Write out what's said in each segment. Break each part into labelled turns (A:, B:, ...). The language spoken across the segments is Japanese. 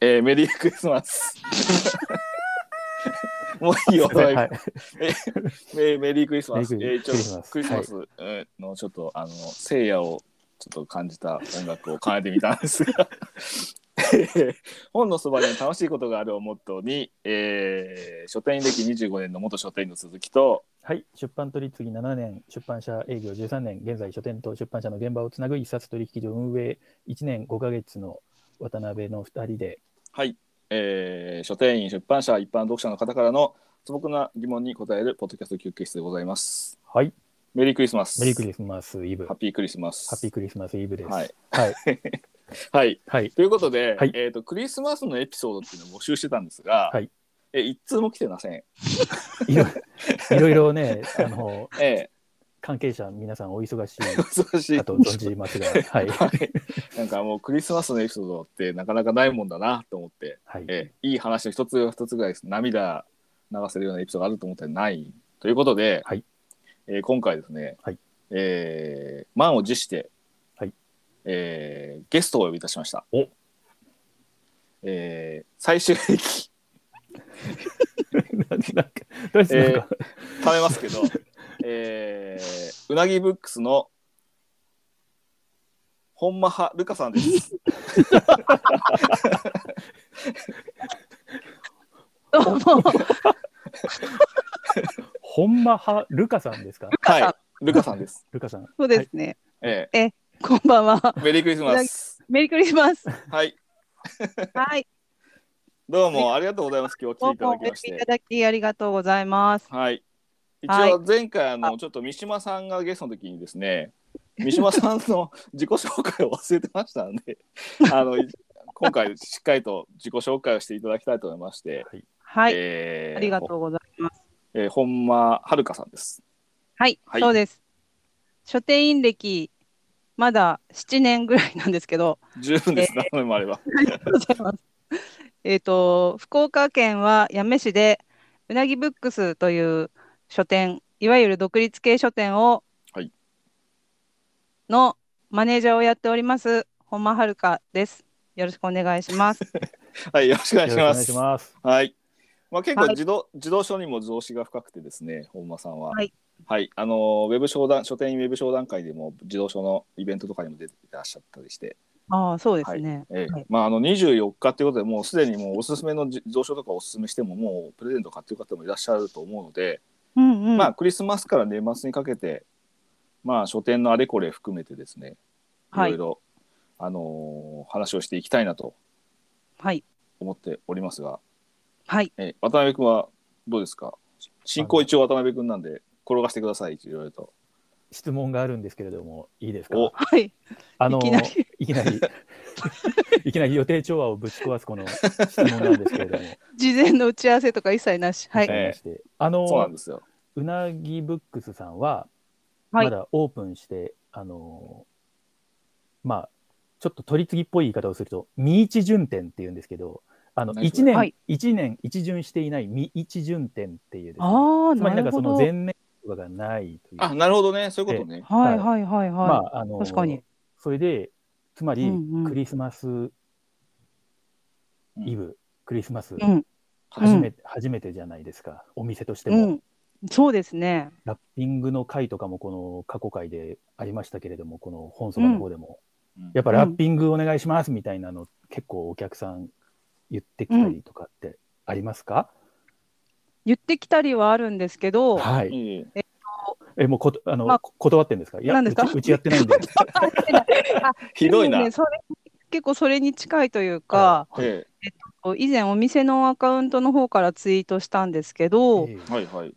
A: えーメリークリスマ ス。もう いいよ、
B: はいはい。
A: メメリークリスマス。
B: メリークリス
A: えーち
B: マス
A: ょっとクリスマスえーのちょっと、あの、聖夜をちょっと感じた音楽を奏でてみたんですが、 えー本のそばに楽しいことがあるをモットーに、えー書店員歴25年の元書店員の鈴木と、
B: はい、出版取り次ぎ7年、出版社営業13年、現在書店と出版社の現場をつなぐ一冊取引所運営1年5ヶ月の渡辺の2人で、
A: はい、えー書店員、出版社、一般読者の方からの素朴な疑問に答えるポッドキャスト休憩室でございます。
B: はい、
A: メリークリスマス。
B: メリークリスマスイブ、
A: ハ
B: ハ
A: ッピークリスマス。
B: ッピークリスマスイブです。
A: はい。
B: はい、
A: はい。
B: はい、
A: ということで、
B: はい
A: えー、とクリスマスのエピソードっていうのを募集してたんですが、
B: はい
A: え一通も来てません。
B: いろいろいろね、あの、
A: ええ
B: 関係者皆さんお忙し
A: 恐ろし
B: い
A: い。
B: かと存じますが、はい、
A: はいなんかもうクリスマスのエピソードってなかなかないもんだなと思って、
B: はい、
A: ええいい話の一つ一つぐらい涙流せるようなエピソードがあると思ったらないということで、
B: はい
A: えー今回ですね、
B: はい
A: えー満を持して、
B: はい
A: えーゲストをお呼びいたしました。
B: お
A: えー最終駅
B: なんか、どうしてなんか、
A: 食べますけど、えー、うなぎブックスの本間派ルカさんです。
C: どうも、
B: 本間派ルカさんですか
C: カさん
A: はい、ルカさんです。
B: ルカさん。
C: そうですね。
A: え
C: こんばんは
A: え。メリークリスマス。
C: メリークリスマス。
A: はい、
C: はい。
A: どうもありがとうございます。今 日
C: ど
A: 来
C: う
A: ていた
C: もお
A: だき
C: 呼
A: まし
C: びい
A: て
C: た。だきありがとうございます。
A: はい。一
C: はい
A: 応前回あのちょっと三島さんがゲストの時にですね、三島さんの 自己紹介を忘れてましたんで、あのい今回しっかりと自己紹介をしていただきたいと思いまして、
C: はい。
A: えー
C: ありがとうございます。
A: えー、本間はるかさんです。
C: はい、
A: はい
C: そうです。書店員歴、まだ7年ぐらいなんですけど、
A: 十分です、何年もあれば。
C: えっと、福岡県は八女市で、うなぎブックスという書店、いわゆる独立系書店を、
A: はい
C: のマネージャーをやっております、本間遥香です。よろしくお願いします。
A: はい、よろしくお願いし
B: よろ
A: ま
B: し
A: す。
B: くお願いします。
A: はい。まあ、結構
C: はい
A: 自動、自動書にも増資が深くてですね、本間さんは。
C: はい。
A: はい、あのーウェブ商談、書店員ウェブ商談会でも、自動書のイベントとかにも出てらっしゃったりして。
C: ああ、そうですね。
A: ええ
C: はい
A: まあ、あの二十四日ということで、もうすでにもうおすすめの自動書とかおすすめしても、もうプレゼント買ってる方もいらっしゃると思うので。
C: うんうん。
A: まあ、クリスマスから年末にかけて。まあ、書店のあれこれ含めてですね。いろ
C: はい
A: いろ、あのー話をしていきたいなと
C: はい。
A: 思っておりますが。
C: はい。
A: え渡辺君はどうですか進行一応渡辺君なんで転がしてくださいいろいろと
B: 質問があるんですけれども、いいですか
A: お
C: はい。
B: あの
C: いきなり。
B: いきな り、いきなり予定調和をぶち壊すこの質問なんですけれども、
C: 事前の打ち合わせとか一切なし。は
B: ござ
C: い。
B: いましてあ
A: そうな
B: の
A: んですよ
B: うなぎブックスさんは、
C: はい
B: まだオープンして、あのまあ、ちょっと取り次ぎっぽい言い方をすると、未一巡店っていうんですけど、あの
A: 何それ
B: 1年、
C: はい
B: 一年一巡していない未一巡店っていうですね、
C: ああ、
B: つま
C: な
B: りな
C: る
B: んか
C: ほ
B: その
C: ど。
B: 前面とかがないという。
A: あなるほどねそういうことね
C: はいはいはい
B: ま
C: は
B: あ、あの
C: 確かに
B: それで、つまり、
C: うんうん
B: クリスマスイブ、クリスマス、
C: い。うん。
A: 初
B: 初
A: め
B: めて、初めてじゃないですか、お店として
C: う
B: も、
C: ん。そうですね。
B: ラッピングの回とかも、この過去回でありましたけれども、この本そばの方でも、
A: うん
B: やっぱラッピングお願いしますみたいなの、結構お客さん言ってきたりとかってありますか、
C: 言ってきたりはあるんですけど、
B: はい。
A: いい
B: え、もうこと、あの、
C: まあ
B: 断ってんですかいや
C: 何ですか
B: うち、うちやってな いんで。
A: ひど
C: で
A: いな
C: も
A: え
C: ねそれ結構それに近いというか、
B: はい、
A: え
C: 以前お店のアカウントの方からツイートしたんですけど、
B: ええ
A: はいはい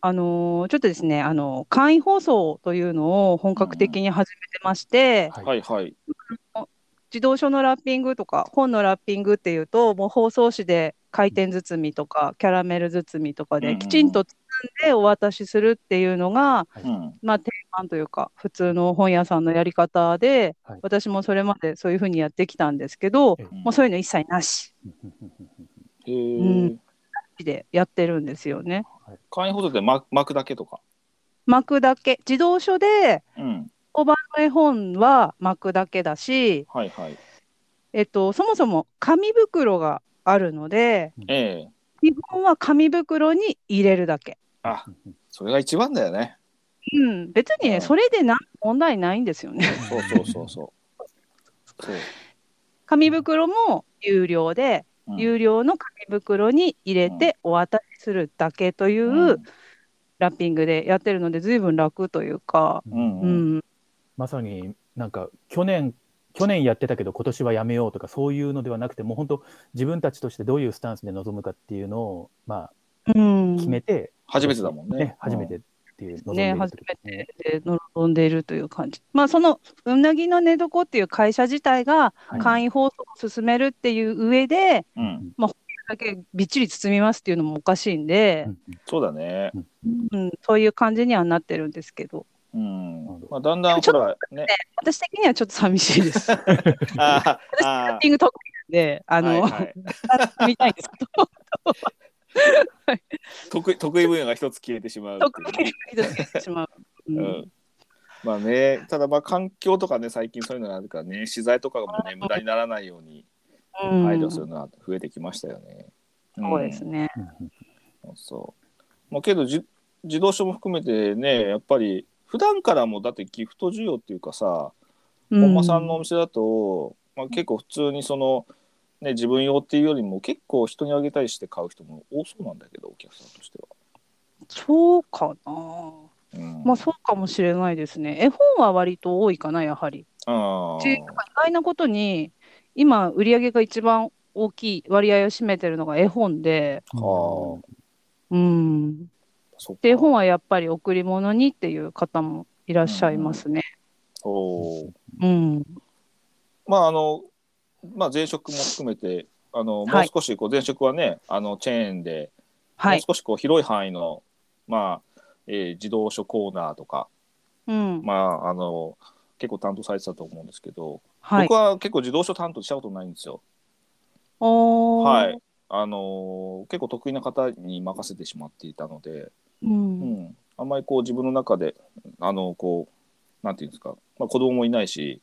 C: あのーちょっとですね、あの簡易放送というのを本格的に始めてまして、
B: はい
A: はいはい
C: 自動書のラッピングとか本のラッピングっていうともう包装紙で回転包みとかキャラメル包みとか
A: うんう
C: で
A: ん
C: きちんと包んでお渡しするっていうのが、
A: うん
C: まあ、定番というか普通の本屋さんのやり方で、
B: はい
C: 私もそれまでそういうふうにやってきたんですけど、
B: ええ
C: もうそういうの一切なしう
A: へえ
C: んでやってるんですよね。
A: 簡易補助でま巻くだけとか
C: 巻くだけ自動書で
A: うん
C: 大判の絵本は巻くだけだし、
A: はいはい
C: ええっと、そもそも紙袋があるので、
A: ええ
C: 基本は紙袋に入れるだけ。
A: あそれが一番だよね。
C: うん、別に
A: うん
C: ね、それでな問題ないんですよね。
A: そうそうそうそう。そう
C: 紙袋も有料で、
A: うん
C: 有料の紙袋に入れてお渡しするだけといううラッピングでやってるので、随分楽というか、
B: う
A: うんん
C: う
A: うん
C: ん、
B: まさになんか去年去年やってたけど今年はやめようとかそういうのではなくてもう本当自分たちとしてどういうスタンスで臨むかっていうのをま
C: うん、
B: あ決めて、
A: 初めてだもんね。
B: 初めてっていう臨んでい
C: ね、
B: る
C: 初
B: という
C: め
B: ね
C: てで臨んでいるという感じ。まあ、そのうなぎの寝床っていう会社自体が
B: はい
C: 簡易放送を進めるっていう上で、
A: うん。うん
C: だけびっちり包みますっていうのもおかしいんで
B: う、ん
A: そうだね。
C: うん、そういう感じにはなってるんですけど、
A: うん
B: なるほど。
A: まあだんだん
C: ち
A: ほ
C: ょっと
A: らね。
C: 私的にはちょっと寂しい です。ラッ
A: あーあー。
C: ピング得意なんで、あの、
A: はいはい
C: 見たいんですけど、
A: 得意得意分野が一つ消えてしまうっていう。
C: 得意にしてしまう。うん
A: うんまあね、ただまあ環境とかね最近そういうのがあるからね資材とかもね無駄にならないように
C: うん
A: 配慮するのは増えてきましたよね。
C: そうですね。
B: うん
A: そうそう。まあ、けどじ自動車も含めてねやっぱり普段からもだってギフト需要っていうかさ
C: う
A: 本間さんのお店だと、まあ、結構普通にその、ね、自分用っていうよりも結構人にあげたりして買う人も多そうなんだけどお客さんとしては。
C: そうかな。
A: うん
C: まあそうかもしれないですね。絵本は割と多いかな、やはり。
A: あ
C: って
A: ー
C: いうか意外なことに、今、売り上げが一番大きい割合を占めてるのが絵本で、
A: あー
C: うん。
A: そっか
C: で、絵本はやっぱり贈り物にっていう方もいらっしゃいますね。
A: おー
C: うん。
A: まああの、まあ、前職も含めてあのも
C: は
A: う
C: い
A: 少しこう前職はね、あのチェーンで、
C: は
A: も
C: い。
A: う少しこう広い範囲の、まあえー自動書コーナーとか、
C: うん。
A: まあ、あの結構担当されてたと思うんですけど、
C: はい
A: 僕。は結構自動書担当したことないんですよ。
C: おー
A: はい。あの結構得意な方に任せてしまっていたので、
C: う。
A: うんん、あんまりこう自分の中であのこうなんていうんですか、まあ、子供もいないし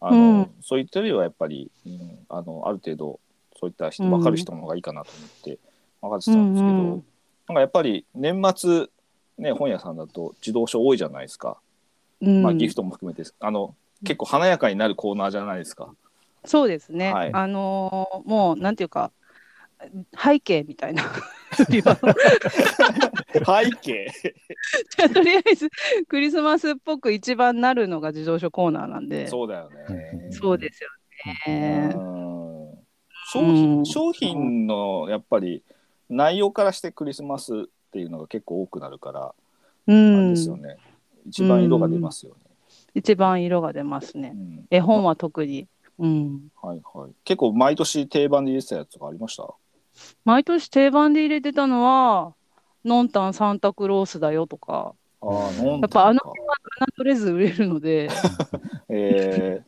A: あの、
C: うん
A: そういったよりはやっぱり、うん、あのある程度そういった人
C: うん
A: 分かる人の方がいいかなと思って任せてたんですけど、
C: うんうん
A: なんかやっぱり年末、ね、本屋さんだと自動書多いじゃないですか、
C: うん
A: まあ、ギフトも含めてあの結構華やかになるコーナーじゃないですか。
C: そうですね。
A: はい
C: あのーもう、なんていうか、背景みたいな。 リバウンド
A: 背景
C: じゃあとりあえずクリスマスっぽく一番なるのが自動車コーナーなんで。そう
A: そうだよね。
C: ですよ
A: う
C: ね。
A: ん商品、
C: うん
A: 商品のやっぱり内容からしてクリスマスっていうのが結構多くなるから、
C: う
A: あれ
C: ん
A: ですよね一番色が出ますよね、
C: 一番色が出ます
A: う
C: ね。
A: ん
C: 絵本は特に。うん、
A: はいはい結構毎年定番で入れてたやつとかありました
C: 毎年定番で入れてたのは「ノンタンサンタクロースだよ」とか
A: あー飲ん
C: や
A: だ
C: っぱあの
A: とか
C: 侮れず売れるの で
A: え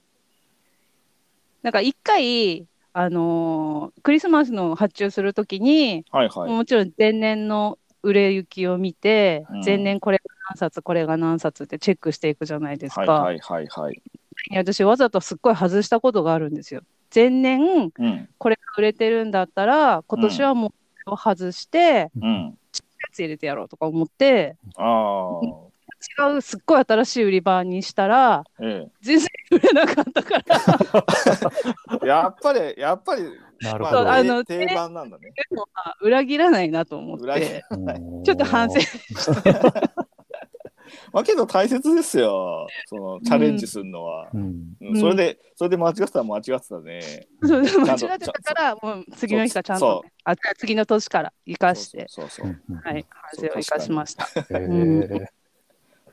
C: なんか一回、あのークリスマスの発注するときに
A: ー、はいはい
C: もちろん前年の売れ行きを見て、
A: うん
C: 前年これが何冊これが何冊ってチェックしていくじゃないですか、
A: はいはいはいはい
C: いや私わざとすっごい外したことがあるんですよ前年
A: うん
C: これが売れてるんだったら今年はもうこれを外して、
A: うん
C: やつ入れてやろうとか思って
A: ああ
C: 違うすっごい新しい売り場にしたら
A: え
C: 全然売れなかったから
A: えやっぱりやっぱり
B: なる
A: ま
B: ほ
A: あ
B: ど、
C: そうあの
A: 定定番なんだね
C: 裏切らないなと思っ
A: 裏切
C: て
B: うん
C: ちょっと反省
A: まあけど大切ですよそのチャレンジするのは、
B: うん
A: うんそれでそれで間違ってたら間違ってたね
C: そう間
A: ちゃ
C: 違っ
A: んと
C: てたからもう次の日からちゃんと
A: そ
C: ね、あじゃあ次の年から生かして
A: そうそう
B: う
A: そうん
B: うん
C: はい反省を生かしました
B: えー
A: そう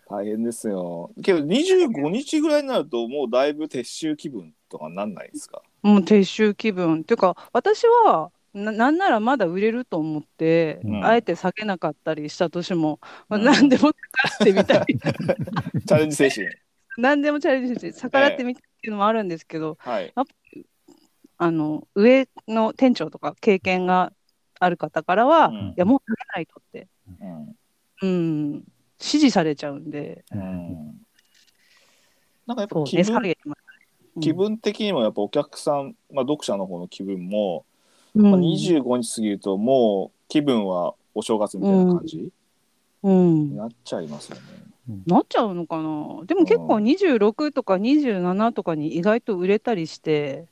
A: 大変ですよけど25日ぐらいになるともうだいぶ撤収気分とかなんないですか
C: もう撤収気分っていうか私はななんならまだ売れると思って、
A: うん
C: あえて避けなかったりした年も、まあ、
A: うん
C: 何でも逆らってみた り
A: チャレンジ精神
C: 何でもチャレンジして逆らってみたっていうのもあるんですけど、
A: はい
C: あの上の店長とか経験がある方からは、
A: うん
C: いやもう避けないとって、
A: うん、
C: うん、指示されちゃうんで
A: うん、なんかやっぱ
C: そう
A: 気
C: 値下
A: 分,、
C: げてましたねうん
A: 気分的にもやっぱお客さんまあ、読者の方の気分も、
C: うん
A: まあ、25日過ぎるともう気分はお正月みたいな感じ
C: うん
A: になっちゃいますよね。
C: なっちゃうのかなでも結構
A: うん
C: 26とか27とかに意外と売れたりして、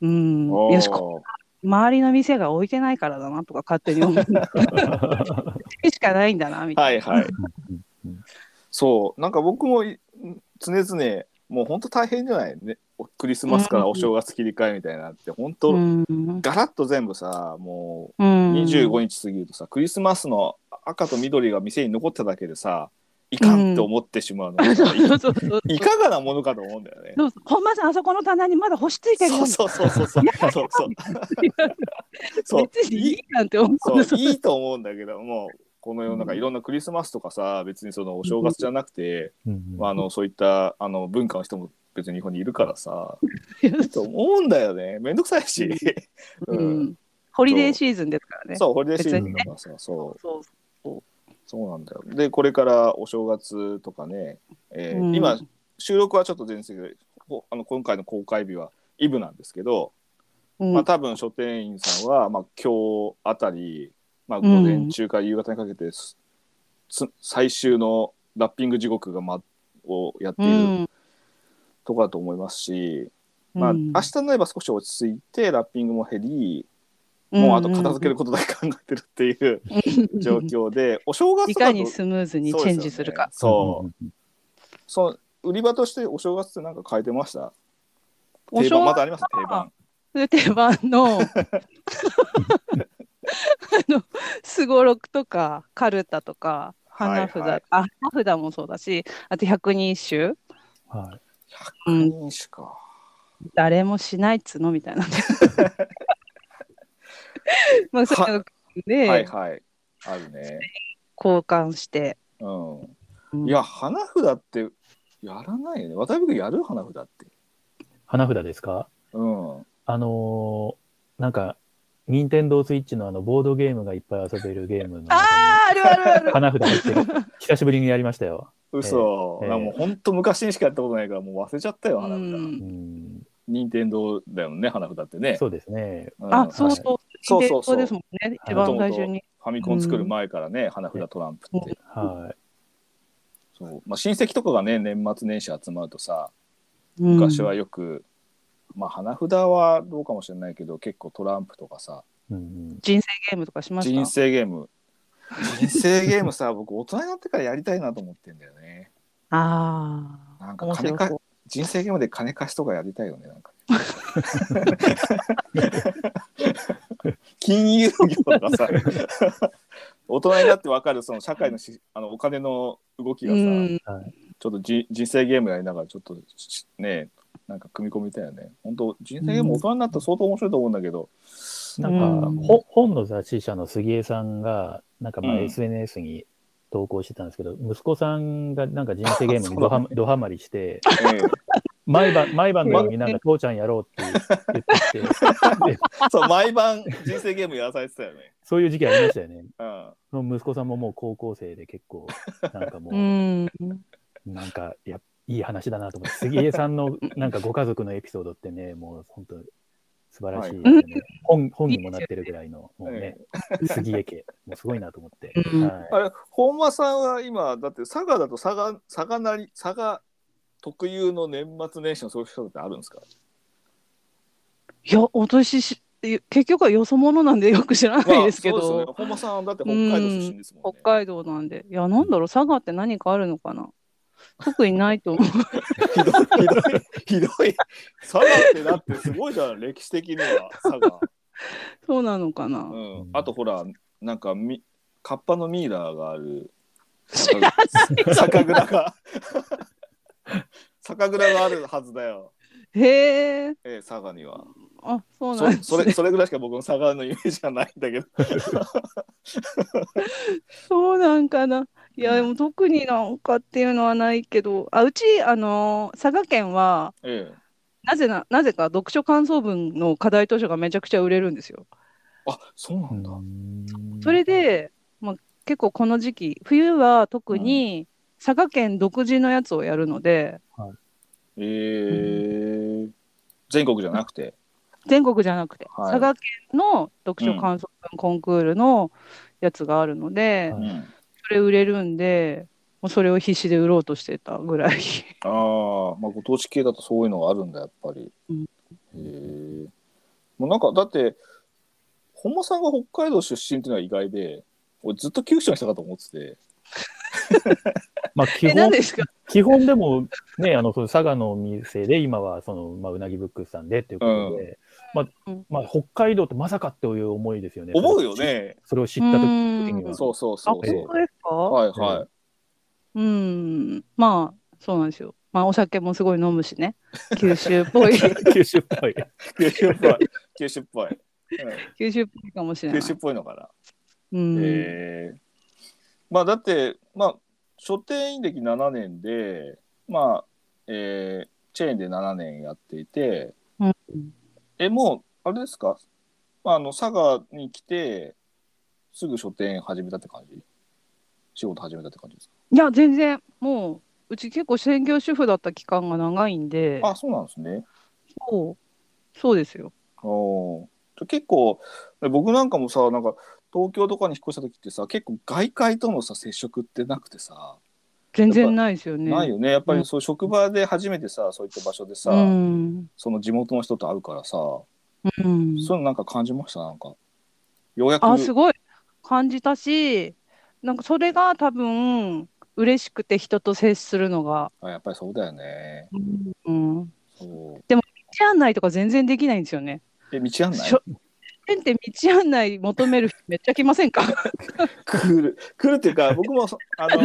C: うん、
A: あー
C: よしこ周りの店が置いてないからだなとか勝手に 思うしかないんだなみた
A: はいい
C: な。
A: はい。
B: うんうん
A: そうなんか僕もい常々もう本当大変じゃないねおクリスマスからお正月切り替えみたいなって本当、
C: うん
A: ガラッと全部さもう
C: うん
A: 25日過ぎるとさ、クリスマスの赤と緑が店に残っただけでさいかんって思ってしまうのが、
C: そうそうそうそう
A: いかがなものかと思うんだよね。
C: そうそう本間さんあそこの棚にまだ星ついてる
A: そ
C: よ
A: うそうそうそうそうそうそうそう
C: 別にい
A: い
C: いなんて思
A: そうういいと思うんだけどもこの世の中
B: うん
A: いろんなクリスマスとかさ別にそのお正月じゃなくて、
B: うん
A: まあ、あのそういったあの文化の人も別に日本にいるか らさと思うんだよねめんどくさいし、
C: う
A: うん
C: ん、ホリデーシーズンですからね。
A: そうホリデーシーズ
B: 別
A: ン
B: に
A: と
B: ね
A: かさそう
C: そう
A: そうなんだよでこれからお正月とかね、えー
C: うん
A: 今収録はちょっと前ですけどほあの今回の公開日はイブなんですけど、
C: うん
A: まあ、多分書店員さんは、まあ、今日あたり、まあ、
C: う
A: 午
C: ん
A: 前中から夕方にかけてす、つ最終のラッピング地獄が、ま、をやって
C: う
A: いる
C: ん
A: とかだと思いますし、まあ、
C: う
A: 明
C: ん
A: 日になれば少し落ち着いてラッピングも減り、もうあと片付けることだけ考えてるっていう状況で、お正月
C: い
A: とか
C: か
A: と
C: にスムーズにチェンジするか。
A: そう
B: うんうん
A: ですよねそうそう売り場としてお正月ってなんか変えてました
C: お
A: 定
C: 正
A: 番ま
C: 月
A: だあります定番
C: 定番 のあのすごろくとかカルタとか花札、
A: はいはい
C: あ花札もそうだしあと百人一首
B: は
C: うん
A: 品種か
C: 誰もしないっつのみたいな。まあそういうので、
A: はいはいあるね
C: 交換して。
A: う
C: うん
A: んいや花札ってやらないよね渡辺君やる花札って
B: い。花札ですか
A: うん
B: あのーなんか、任天堂スイッチのあの、ボードゲームがいっぱい遊べるゲームの中
C: あ
B: に
C: ーあるあるある
B: 花札入ってる、久しぶりにやりましたよ。
A: 嘘、
B: ええ
A: なんかもうほんと昔にしかやったことないからもう忘れちゃったよ花
C: う
A: 札、
B: うんん、
A: 任天堂だよね花札ってね
B: そうですね。
A: うん
C: あ、そう
B: はい
C: そう。
A: そうそうそう
C: でですもんね。一
B: も
C: 番
B: と
C: 最初に。
A: ファミコン作る前からね、花札トランプって、
B: はい。
A: そうまあ、親戚とかがね年末年始集まるとさ
C: うん
A: 昔はよく、まあ花札はどうかもしれないけど結構トランプとかさ
B: うん
C: 人生ゲームとかしました。
A: 人生ゲーム人生ゲームさ 僕大人になってからやりたいなと思ってんだよね
C: ああ。
A: なんか金
C: 面
A: か
C: 白そう
A: 人生ゲームで金貸しとかやりたいよねなんか 金融業とか さ大人になってわかるその社会のしあのお金の動きがさ、
C: うん
A: ちょっとじ人生ゲームやりながらちょっとしねなんか組み込みたいよね本当人生ゲーム大人になったら相当面白いと思うんだけど、
B: なんか、
C: うん
B: ほ本の雑誌社の杉江さんが、なんかまあ
A: うん
B: SNS に投稿してたんですけど、息子さんがなんか人生ゲーム
A: そ
B: に
A: うだ
B: ド
A: ね
B: ハ,、ドハマりして、
A: ええ
B: 毎晩、毎晩のようになんか父ちゃんやろうって言ってきて、で
A: そう毎晩人生ゲームやらされてたよね、
B: そういう時期ありましたよね。
A: うん、
B: その息子さんももう高校生で結構、なんかもう、
C: うん。
B: なんかいや、いい話だなと思って、杉江さんのなんかご家族のエピソードってね、もう本当、素晴らしいですよね、本。本にもなってるぐらいの、もうね、杉江家、もうすごいなと思って。
C: うん
B: はい
A: あれ本間さんは今だって佐賀だと佐賀佐賀なり佐賀特有の年末年始のそういう人ってあるんですか
C: いや、私し、結局はよそ者なんでよく知らないですけ
A: まあそう
C: ど、
A: ですよね、本間さんだって北海道出身ですもん
C: 北
A: ね。
C: 海道なんで。いや、なんだろう、佐賀って何かあるのかな特にないと思う。
A: ひどい ひどいひどい佐賀ってだってすごいじゃん歴史的には佐賀。
C: そうなのかな。
A: うん、あとほらなんかみカッパのミイラーがある
C: 知ら
A: 酒蔵が酒蔵があるはずだよ、
C: へえ。
A: えー、佐賀には
C: あ、そうな
A: そ
C: んです、
A: それ
C: ね。
A: それぐらいしか僕の佐賀のイメージはないんだけど
C: そうなんかな。いや、
A: うん
C: でも特になんかっていうのはないけど、あ、うち、あのー佐賀県は、
A: ええ
C: なぜな、なぜか読書感想文の課題図書がめちゃくちゃ売れるんですよ。
A: あそうなんだ、
C: それ、で、まあ、結構この時期、冬は特に佐賀県独自のやつをやるので、
A: ええ全国じゃなくて
C: 全国じゃなくて、
A: はい
C: 佐賀県の読書感想文コンクールのやつがあるので、
B: はい
A: うん
C: それ売れるんで、もうそれを必死で売ろうとしてたぐらい。
A: ああ、まあ、ご当地系だとそういうのがあるんだ、やっぱり。
C: うん
A: へえ。もうなんか、だって、本間さんが北海道出身っていうのは意外で、俺ずっと九州にしたかと思ってて。
B: まあ、基
C: え、何
B: 本、
C: ですか
B: 基本でも、ね、あの、その佐賀のお店で、今は、その、まあ、うなぎブックスさんでっていうことで、
C: うん
B: まあ、まあ、北海道ってまさかっていう思いですよね。
A: 思うよ。ね。
B: それを知った時に
C: う
B: は。
C: ん
A: そうそう
C: あ、
A: そう
C: 本
A: そう。
C: 当ですか、
A: はいは
C: うん。まあ、そうなんですよ。まあ、お酒もすごい飲むし ね。九州っぽい。
B: 九州っぽい。
A: い。九州っぽい。九州っぽい。うん
C: 九州っぽいかもしれな
A: 九
C: い。
A: 州っぽいのかな。
C: うん。
A: ええまあだってまあ書店員歴7年でまあ、えーチェーンで7年やっていて、
C: うん
A: えもうあれですか、まあ、あの佐賀に来てすぐ書店始めたって感じ仕事始めたって感じですか
C: いや、全然、もう、うち結構専業主婦だった期間が長いんで、
A: あそうなんですね。
C: そう、そうですよ。
A: おーじゃあ結構僕なんかもさなんか東京とかに引っ越した時ってさ結構外界とのさ接触ってなくてさ、
C: 全然ないですよね。
A: ないよねやっぱ
C: う
A: り
C: ん
A: そういう職場で初めてさそういった場所でさ、
C: うん。
A: その地元の人と会うからさ、
C: うん。
A: そういうのなんか感じましたなんかようやく
C: あ、すごい感じたし、なんかそれが多分、嬉しくて人と接するのが。
A: あやっぱりそうだよね
C: うん。
A: そう
C: 道案内とか全然できないんですよね。
A: え道案内
C: しょ書店って道案内求める人めっちゃ来ませんか
A: 来る来るっていうか僕 もそあの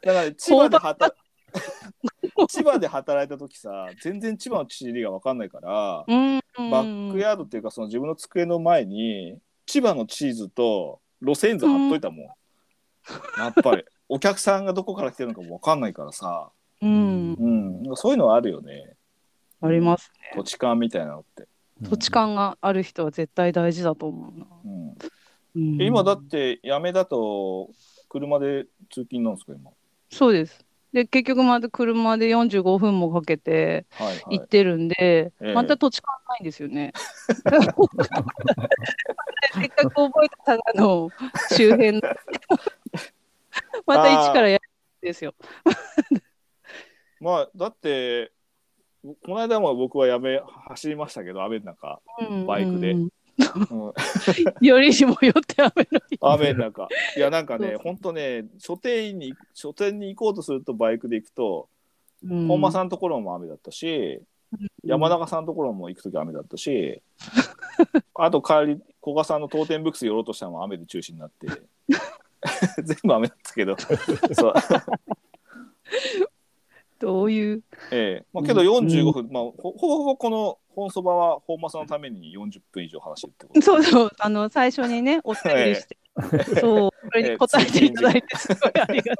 A: だから千葉で働 千葉で働いた時さ全然千葉の地理が分かんないから、
C: うん。
A: バックヤードっていうかその自分の机の前に千葉のチーズと路線図貼っといたもん、やっぱりお客さんがどこから来てるのかも分かんないからさ、
C: うん。
A: うん、なんかそういうのはあるよね
C: あります。
A: 土地勘みたいなのって、
C: 土地勘がある人は絶対大事だと思うな。
A: うん、
C: うん
A: 今だってやめだと車で通勤なんですか今
C: そうです。で、結局また車で45分もかけて
A: はいは
C: 行っ
A: い
C: てるんで、
A: ええ
C: また土地勘ないんですよね。 せっかく覚えた佐賀の周辺の また一からやるんですよ。
A: まあだってこの間も僕はやめ走りましたけど雨の中、バイクで
C: うんうん
A: うん、
C: うん よりにもよって雨の日。
A: 雨の中いやなんかね
C: そう
A: ほんとね書店員に書店に行こうとするとバイクで行くと
C: うん
A: 本間さんのところも雨だったし、山中さんのところも行く時雨だっ たしあと帰り古賀さんの当店ブックス寄ろうとしたのも雨で中止になって 全部雨だった けどそう
C: どういう。
A: ええまあ、けど45分、まあ、ほほぼほぼこの本そばは本間さんのために40分以上話してるってこと
C: そうそう、あの最初にね、お便りして、 そう、それに答えていただいて、すごいありがたい。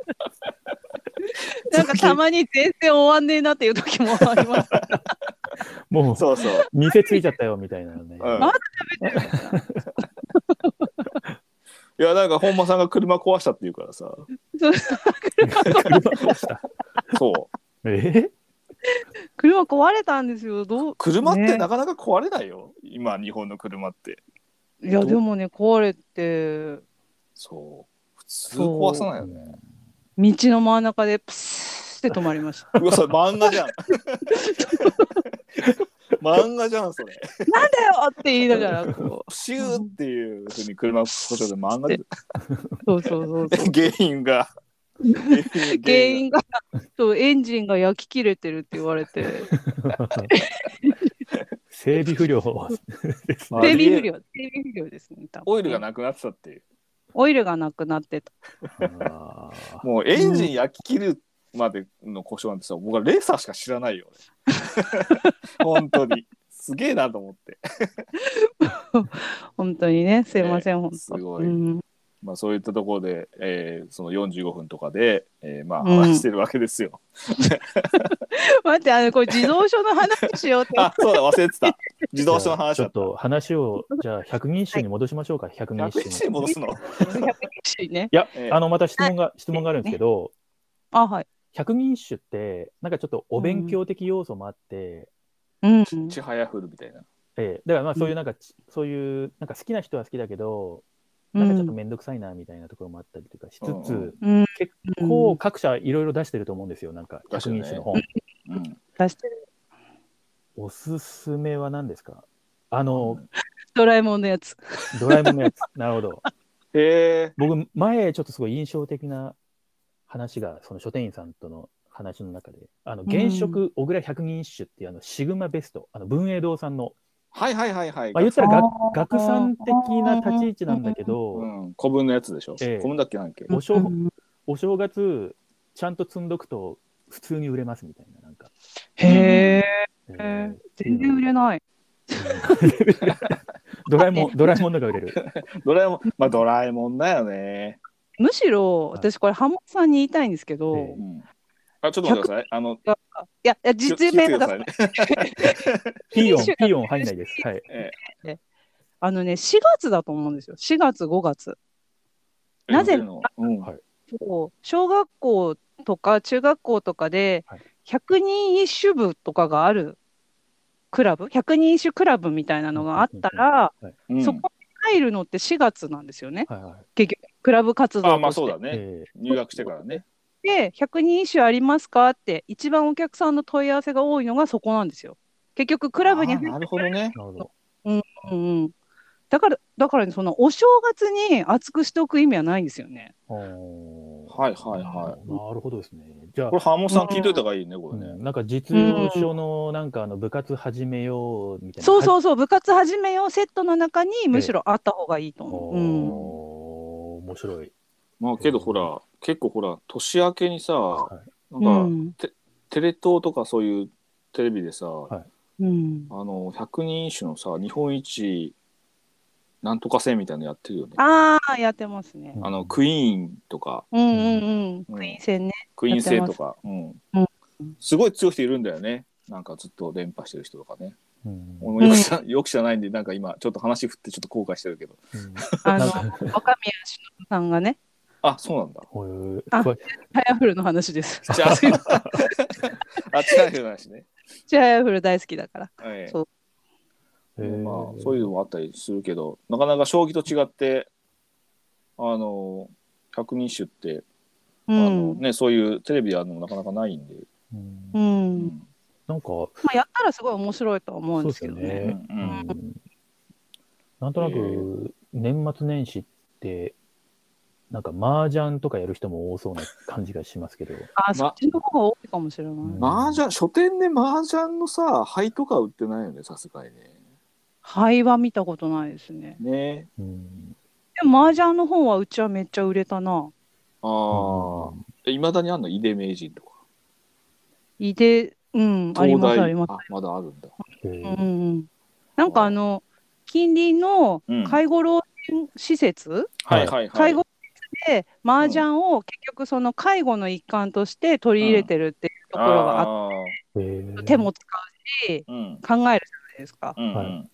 C: なんかたまに全然終わんねえなっていう時もあり ます。
B: もう、
A: そうそう
B: 店ついちゃったよ、みたいなのね。
A: うん
C: まだ
A: いやなんか本間さんが車壊したって言うからさ
C: そう
B: 車 壊した。
A: そう
B: えー
C: 車壊れたんですよ。どう
A: 車って
C: ね
A: なかなか壊れないよ、今日本の車って
C: いや、でもね、壊れて、
A: そう普通壊さないよね
C: 道の真ん中でプスーって止まりました。
A: うわそれ漫画じゃ ん漫画じゃんそれ
C: なんだよって言いながら、こう、
A: シューっていうふうに車故障で漫画で
C: そうそうそうそう。
A: 原因が原因
C: 原因が、そう、エンジンが焼き切れてるって言われて、
B: 整備不良です
A: あ
B: ね。
C: 整備
A: りえ
C: 不良、整備不良ですね。多分
A: オイルがなくなってたっていう
C: オイルがなくなってた。
B: あー
A: もうエンジン焼き切るまでの故障なんてさ、僕はレーサーしか知らないよ。 俺本当に。すげえなと思って。
C: 本当にね、すいません、本当。
A: すごい
C: うん
A: まあそういったところで、えーその45分とかで、えーまあ
C: うん
A: 話してるわけですよ。
C: 待って、あの、これ、自動車の話しようって。
A: あ、そうだ、忘れてた。 自動車の話
B: ちょ
A: だ
B: っ。と話を、じゃあ、百人一首に戻しましょうか、百人
A: 100
B: 一
A: 日
B: 首
A: に
B: に。
A: 戻すの。
C: 120ね。
B: いや、
A: ええ
B: あの、また質問が、質問があるんですけど、
C: あ、はい。
B: 百人一首って、なんかちょっとお勉強的要素もあって、
C: ううん
A: ちちはやふるみたいな。
B: ええ、だからまあそういうなんか、ちそういうなんか好きな人は好きだけど、
C: う
B: なんかちょっと
C: ん
B: めんどくさいなみたいなところもあったりとかしつ
A: うんうん
B: つ、
C: うん
B: 結
C: う
B: 構
C: ん
B: 各社いろいろ出してると思うんですよ、なんか
A: 出して
B: 百
A: るね
B: 人種の本。
A: うん、
C: 出してる
B: おすすめは何ですかあの、
C: ドラえもんのやつ。
B: ドラえもんのやつ。 なるほど。
A: へえ。
B: 僕、前ちょっとすごい印象的な話が、その書店員さんとの話の中で、あの、
C: ん
B: 現職小倉百人一首っていうあの、シグマベスト、あの、文英堂さんの、
A: はいはいはいはい。
B: まあ言ったら
C: あ
B: 学
C: ー
B: 学さん的な立ち位置なんだけ
A: う
B: ど、
A: ん、古文のやつでしょ。
B: ええ
A: 古文だっけなんだっけ。
B: お正
C: うん
B: お正月、ちゃんと積んどくと、普通に売れますみたいな、なんか。
C: へ
B: え
C: え
B: ー。
C: 全然売れない。
B: ドラえもん、ドラえもんのが売れる。
A: ドラえもん、まあドラえもんだよね。
C: むしろ私これ浜田さんに言いたいんですけど、
B: ええ
A: うん。あ、ちょっと待ってください。あの、
C: いやいや
A: き
C: 実名
A: 気を
C: が
A: つけ
C: 出
A: て
C: さ
A: ださいね。
B: ピーヨン、
C: 一種
B: ピ
C: が
B: ーヨン入んないです。はい。
A: え
C: あのね4月だと思うんですよ4月5月
A: え
C: なぜ
A: 売れるのうん。
B: はい
C: こう小学校とか中学校とかで
B: はい
C: 100人一首部とかがあるクラブ100人一首クラブみたいなのがあったら、
A: うん
C: そこに入るのって4月なんですよね
B: はいはい。
C: クラブ活動として
A: あ、まあそうだね。
B: え
A: 入学してからね。
C: で100人一首ありますかって一番お客さんの問い合わせが多いのがそこなんですよ結局ク
A: ク
C: ラブに入
A: なるほどね。
B: ーなるほど。
C: うんうん、だから、だからね、そのお正月に熱くしておく意味はないんですよね。
B: おー。
A: はいはいはい
B: なるほどですね。じゃあ
A: これ、ハモさん聞いといた方がいいね、こ
B: う
A: れ
B: ん
A: ね。
B: なんか実用書のなんかあの部活始めようみたいな。
C: そう
B: う。
C: そうそう、部活始めようセットの中にむしろあった方がいいと思
B: お
C: う。うん、
B: お面白い。
A: まあけどほら、結構ほら、年明けにさ、
B: は
A: な
C: うん
A: か
C: ん
A: テレ東とかそういうテレビでさ、
B: い
C: うん
A: あの、百人一首のさ、日本一なんとかせみたいなのやってるよね。
C: ああ、やってますね。
A: あの、クイーンとか、
C: うんうんうん。
A: うん
C: クイーン戦ね。
A: クイーン制とか、うん
C: う
A: すごい強い人いるんだよね。なんかずっと連覇してる人とかね。
B: うん
A: 俺もよく知らよく知らないんで、なんか今、ちょっと話振ってちょっと後悔してるけど。
B: うん
C: あの、
B: なん
C: 若
B: か
C: 宮忍さんがね、
A: あ、そうなんだ。
B: こういう
C: あ
B: これ
C: チャイアフルの話です。
A: じゃあ、あっちない人の話ね。
C: チャイアフル大好きだから。
A: はい
C: そう
B: へー
A: まあ、そういうのもあったりするけど、なかなか将棋と違って、あの、百人一首って、
C: う
A: あの
C: ん。
A: ね、そういうテレビであるのもなかなかないんで。
B: うん
C: う。
A: うんん
B: なんか
C: まあ、やったらすごい面白いとは思うんですけど
B: そうですよ
C: ね。
B: ね
A: うんう
B: うんんなんとな
A: え
B: く年末年始ってなんか麻雀とかやる人も多そうな感じがしますけど。
C: ああ、そっちの方が多いかもしれない。
B: うん
A: 麻雀、書店で麻雀のさ、灰とか売ってないよね、さすがにね。
C: 灰は見たことないですね。
A: ね。
B: うん
C: でも麻雀の本はうちはめっちゃ売れたな。
A: ああ。いまだにあんの井出名人とか。
C: いで、うん、ありますあります。
A: あ、まだあるんだ。
B: へ
C: うん
B: ー
C: うん、なんかあの近隣の
A: うん
C: 介護老人施設、
A: はいはいはい。
C: 介護施設で麻雀を結局その介護の一環として取り入れてるっていうところがあって、
A: あ
B: へー
C: 手も使うし
A: ーう
C: 考
A: ん。
C: えるじゃないですか。
A: うんうん
B: は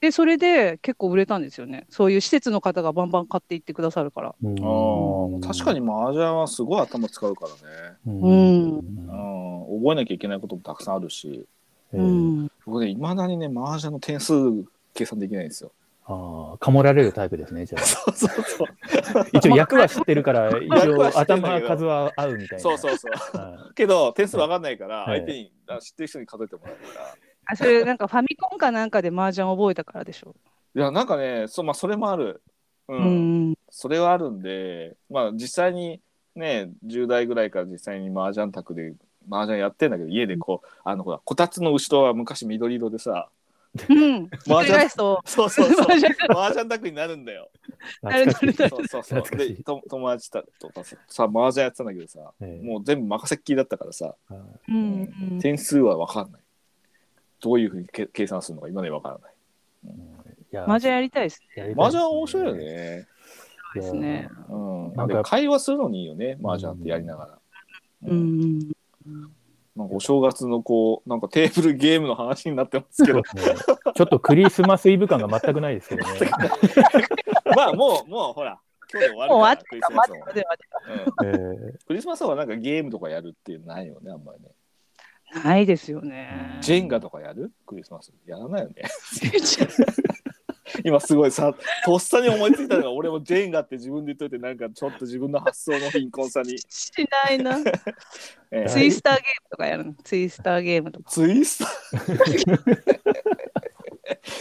C: でそれで結構売れたんですよね。そういう施設の方がバンバン買っていってくださるから。
B: うん
A: ああ、確かに麻雀はすごい頭使うからね。
C: うん
A: うん、覚えなきゃいけないこともたくさんあるし、
B: え
C: う
B: ー
C: ん、
A: 僕ね、いまだにね、麻雀の点数計算できないんですよ。
B: ああ、かもられるタイプですね、じゃ あ。
A: そうそうそう。
B: 一応役は知ってるから、一
A: 役は
B: 応
A: 知ってんだ
B: 頭
A: けど
B: 数は合うみたいな。
A: そうそうそう。
B: はい
A: けど、点数わかんないから、
B: はい
A: 相手に、あ知ってる人に数えてもらうから。
C: あそれなんかファミコンかなんかで麻雀覚えたからでしょ。
A: いや、なんかね、そう、まあ、それもある。う。
C: うんん
A: それはあるんで、まあ、実際にね、10代ぐらいから実際に麻雀卓で、麻雀やってんだけど、家でこう、あの、ほら、こたつの後ろは昔緑色でさ、
C: うん。マ
A: 麻雀
C: ージャンと。
A: そうそう そう。麻雀卓になるんだ よ。
B: 懐かしい
C: なる
A: そうそうそう。
B: 懐かしい
A: で、と友達とかさ、さ麻雀やってたんだけどさ、
B: ええ
A: もう全部任せっきりだったからさ、
B: あ
C: うんうん
A: 点数は分かんない。どういうふうにけ計算するのか今まで分からない。
B: いや
C: マージャンやりたいですね。
B: やりたいです
A: 麻
B: ね
A: 雀は面白いよね。
B: いや
C: ですね
A: うん。
B: なんか
A: で会話するのにいいよね、麻雀ってやりながら。
C: う。ん。
A: なんかお正月のこう、なんかテーブルゲームの話になってますけ
B: そ
A: ど
B: う、ですねちょっとクリスマスイブ感が全くないですけどね。
A: まあもう、もうほら、今日で終わるから、クリスマスも。
C: では
A: うん
B: えー
A: クリスマスはなんかゲームとかやるっていうのないよね、あんまりね。
C: ないですよね。
A: ジェンガとかやるクリスマスやらないよね。 今すごいさとっさに思いついたのが俺もジェンガって自分で言っといてなんかちょっと自分の発想の貧困さに、
C: しないな。
A: え
C: ツイスターゲームとかやるの。ツイスターゲームとか。
A: ツイスタ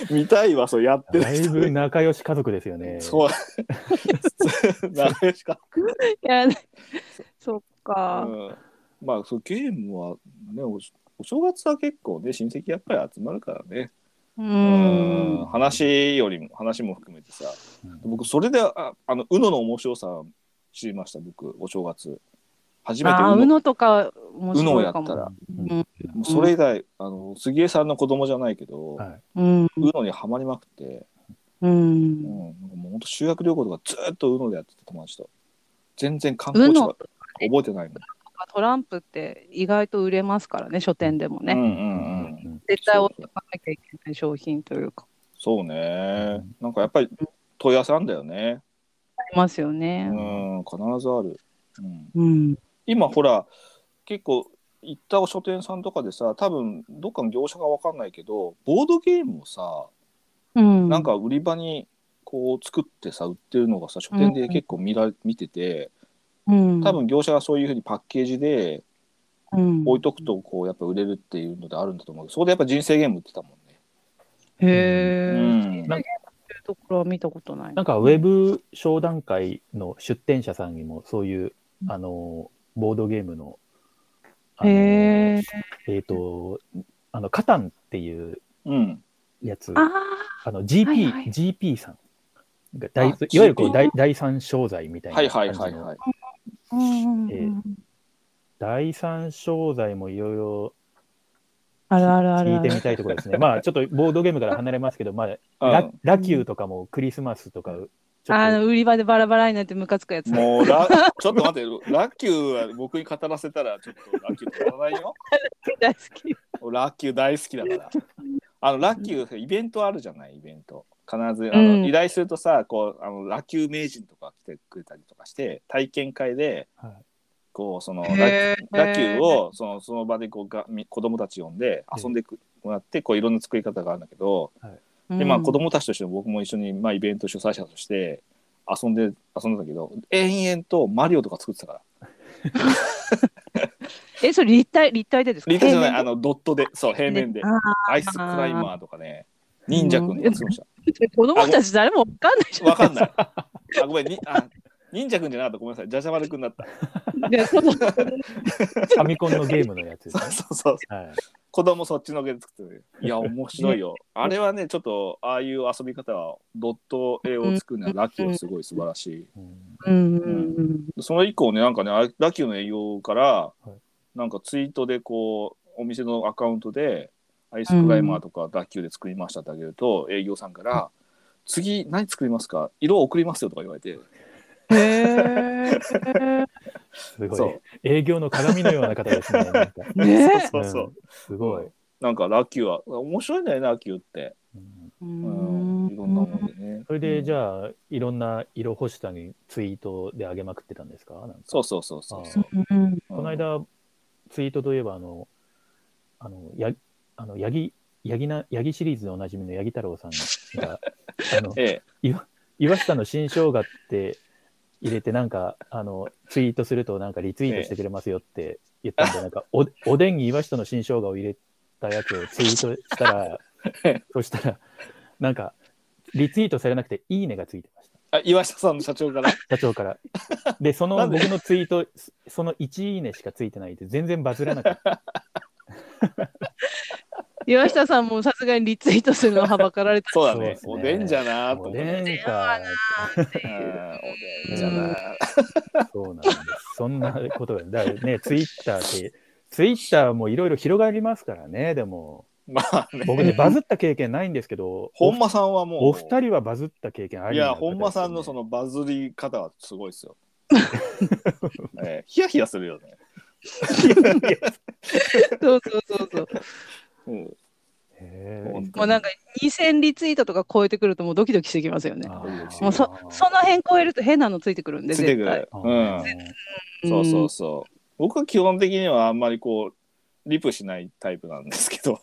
A: ー見たいわそうやって
B: だ
A: る
B: い
A: 人
B: ぶ仲良し家族ですよね。
A: そう 仲良しか、
C: やらない。そっ
A: う
C: か。
A: ん、まあそうゲームはねおお正月は結構ね親戚やっぱり集まるからね
C: う
A: うん
C: ん。
A: 話よりも話も含めてさ
B: うん
A: 僕それでああの UNO の面白さ知りました僕お正月初めて
C: ああ、う
A: UNO,
C: のとか面
A: UNO
C: 白
A: や
C: いか
A: った
C: も。
A: ら
B: うん
C: うん
A: もうそれ以来、あの杉江さんの子供じゃないけど、
B: はい
C: うん。
A: UNO にはまりまくって、
C: う
A: うん
C: ん。
A: なんかもう本当修学旅行とかずーっと UNO でやってて友達と全然観光地とか覚えてないの、
C: トランプって意外と売れますからね、書店でもね。
A: うんうんうん
B: う
C: 絶対
A: そう
C: 置
A: そ
C: いて
A: う
C: おかなきゃいけない商品というか、
A: そうねなんかやっぱり問い合わせあんだよね
C: ありますよ
A: う
C: ね。
A: ん必ずある、う
C: う
A: ん、
C: ん。
A: 今ほら結構行った書店さんとかでさ多分どっかの業者が分かんないけどボードゲームをさ
C: うん。
A: なんか売り場にこう作ってさ売ってるのがさ書店で結構見ら、見てて
C: うん、
A: 多分業者がそういうふうにパッケージで
C: うん、
A: 置いとくとこうやっぱ売れるっていうのであるんだと思うけどそこでやっぱ人生ゲーム売ってたもんね。
C: へえ、
A: うん
C: そういうところは見たことない。
B: なんかウェブ商談会の出展者さんにもそういう、あのボードゲームの、あの
C: へえ。
B: えっ、と、あの、カタンっていう
A: うん
B: やつ、あ
C: ああ、
B: の GP、
C: はいはい
B: GP さんが大、い
A: あ
B: わゆるこ
A: GP
B: う第第三商材みたい
A: はい
B: な
A: はい
B: 感じの、
A: はいはい。
C: うんうんうん
B: えー第三商材もいろいろ
C: あるあるある
B: 聞い
C: あ
B: て
C: る
B: みたいところですね。まあちょっとボードゲームから離れますけど、まあ、ラ
A: う
B: ラキューとかもクリスマスとか、ちょっと
C: あの売り場でバラバラになってムカつくやつ。
A: ん、もうラちょっと待ってラッキューは僕に語らせたらちょっとラッキュー語らないよ。
C: 大好き。
A: ラッキュー大好きだから。あのラッキューイベントあるじゃないイベント。必ずあの、
C: うん
A: 依頼するとさこうあのラッキュー名人とか来てくれたりとかして体験会で、
B: はい
A: こうそのラ
C: へー
A: ラッキューをそのその場でこうがみ子供たち呼んで遊んでくもらってこういろんな作り方があるんだけど、でまあ子供たちとしても僕も一緒に、まあ、イベント主催者として遊んで遊んだけど延々とマリオとか作ってたから
C: うんえ、それ立体立体でですか。
A: リータじゃない
C: 平
A: あのドットでそう平面で
C: あ
A: アイスクライマーとかね忍者くんとか作りました。
C: 面で子供たち誰もわかんないじゃ
A: わかんない。あ、ごめん、に、あ、忍者くんじゃなかった、ごめんなさい、じゃじゃ丸くんだった。
C: ん。で子供
B: ファミコンのゲームのやつで
A: そ
B: すね
A: う。そうそう、
B: はい、
A: 子供そっちのけで作ってる。いや、面白いよ。あれはね、ちょっと、ああいう遊び方は、ドット絵を作るのはラッキーはすごい素晴らしい。
B: うん
C: うんうんうん。
A: その以降ね、なんかね、あラッキーの営業から
B: い、
A: なんかツイートでこう、お店のアカウントで、アイスクライマーとかラッキーで作りましたってあげると、営業さんから、次何作りますか色送りますよとか言われて、
C: へえ。
B: すごい
A: そう
B: 営業の鏡のような方ですね。なんか
C: ね
A: そうそうそう。
B: すごい。
A: なんかラッキーは、面白いんだよね、ラッキーって。
B: うん
C: う
A: うん
C: ん
A: いろんなものでね。
B: それで、じ
A: あ、
B: ゃあ、いろんな色欲しさにツイートで上げまくってたんですかなんか
A: そうそうそうそうそう。
C: うん。
A: こ
B: この、間、ツイートといえば、あの、あの、やあの八木、八木な、八木シリーズでおなじみの八木太郎さん が、あの、
A: え
B: 岩下の新生姜って入れて、なんか、あの、ツイートすると、なんかリツイートしてくれますよって言ったんで、なんかお、おでんに岩下の新生姜を入れたやつをツイートしたら
A: え、
B: そしたら、なんか、リツイートされなくて、いいねがついてました。
A: え、あ岩下さんの社長から。
B: 社長から。で、そ
A: な
B: の
A: んで
B: 僕のツイート、その1いいねしかついてないで、全然バズらなかった。
C: 岩下さんもさすがにリツイートするのはばかられた
A: そうだ
B: そうで
A: ね。
B: すね
A: おでんじゃなーと
B: お
A: 思って。
B: でんか。
C: って
A: うん
C: いう。
A: おでんじゃなー。
B: そうなんです。そんなことが。だからね、ツイッターって、ツイッターもいろいろ広がりますからね、でも。
A: まあね。
B: 僕ね、バズった経験ないんですけど、
A: 本間さんはもう。
B: おお二人はバズった経験あ
A: い
B: り
A: や、本間さんのそ
B: の。
A: のバズり方はすごい ですよ。ええヒヤヒヤするよね。
C: そうそうそうそう。
A: うん
B: へ
A: 本当
C: もうなんか2000リツイートとか超えてくるともうドキドキしてきますよね
B: ー。
A: も
C: もうそその辺超えると変なのついてくるんで
A: ついて
C: 絶
A: く
C: 対
A: る。。うん。そうそうそう。僕は基本的にはあんまりこう、リプしないタイプなんですけど、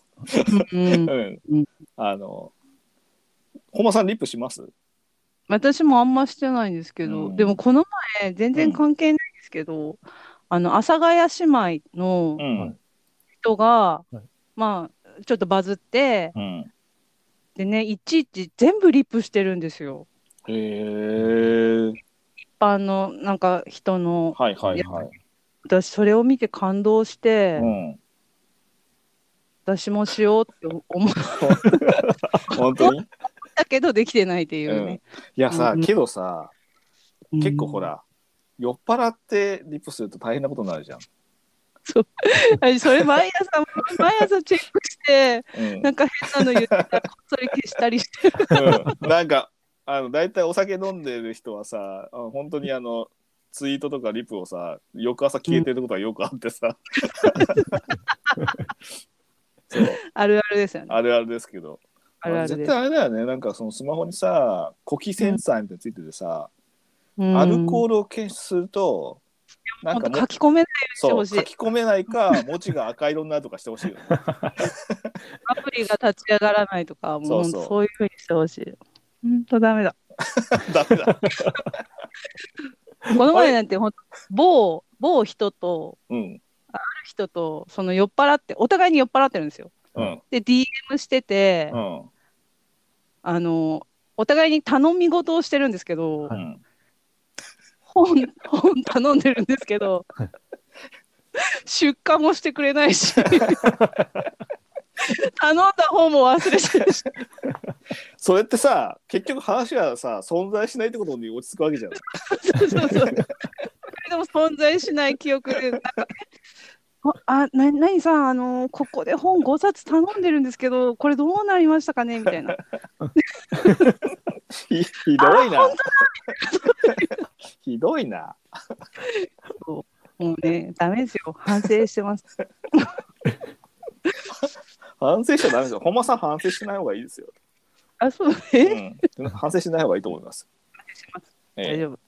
C: うん
A: う、んあの本間さんリプします
C: 私もあんましてないんですけど、
A: うん
C: でもこの前全
A: う
C: 然
A: ん
C: 関係ないんですけど、あの阿佐ヶ谷姉妹の
A: うん、
B: はい
C: 人が、
B: はい
C: まあちょっとバズって
A: うん
C: でねいちいち全部リップしてるんですよ
A: へえ
C: 一般のなんか人の
A: はいはいはい。
C: 私それを見て感動して、
A: うん、
C: 私もしようって思っ
A: 本 当に
C: たけどできてないっていうね、
A: いやさ、
C: うん
A: けどさ
C: うん
A: 結構ほら、酔っ払ってリップすると大変なことになるじゃん。
C: はいそれ毎朝毎朝チェックして
A: うん
C: なんか変なの言ったらこっそり消したりして る
A: うんなんかあの大体お酒飲んでる人はさあの本当にあのツイートとかリプをさ翌朝消えてることはよくあってさ、そう
C: あるあるですよね
A: あるあるですけど
C: あるあるです
A: 絶対あれだよねなんかそのスマホにさ呼気センサーみたいなのついててさ、
C: うん
A: アルコールを検出するとなん
C: 本
A: か
C: 当
A: も
C: 書き込めないよう
A: そう
C: にして
A: 書
C: ほしい
A: き込めないか文字が赤色になるとかしてほしい よね。
C: アプリが立ち上がらないとかもう
A: そう
C: そ
A: そう
C: ういうふうにしてほしい本当ダメだ
A: ダメだ。
C: この前なんて本当某某人と
A: うん
C: ある人とその酔っ払ってお互いに酔っ払ってるんですよ
A: うん
C: で DM してて、
A: うん
C: あのお互いに頼み事をしてるんですけど、
A: うん。
C: 本本頼んでるんですけど
B: はい
C: 出荷もしてくれないし頼んだ本も忘れちゃうし
A: それってさ結局話がさ存在しないってことに落ち着くわけじゃん。
C: そうそうそう。でも存在しない記憶で、なんか、えあ、な、なにさん、あのここで本5冊頼んでるんですけど、これどうなりましたかねみたいな。
A: ひ ひどいな。ひどいな。
C: もうね、ダメですよ。反省してます。
A: 反省しちゃダメですよ。本間さん反省しない方がいいですよ。
C: あ、そう、
A: う
C: え、
A: ん、反省しない方がいいと思います。え
C: 大
A: え、
C: 丈夫。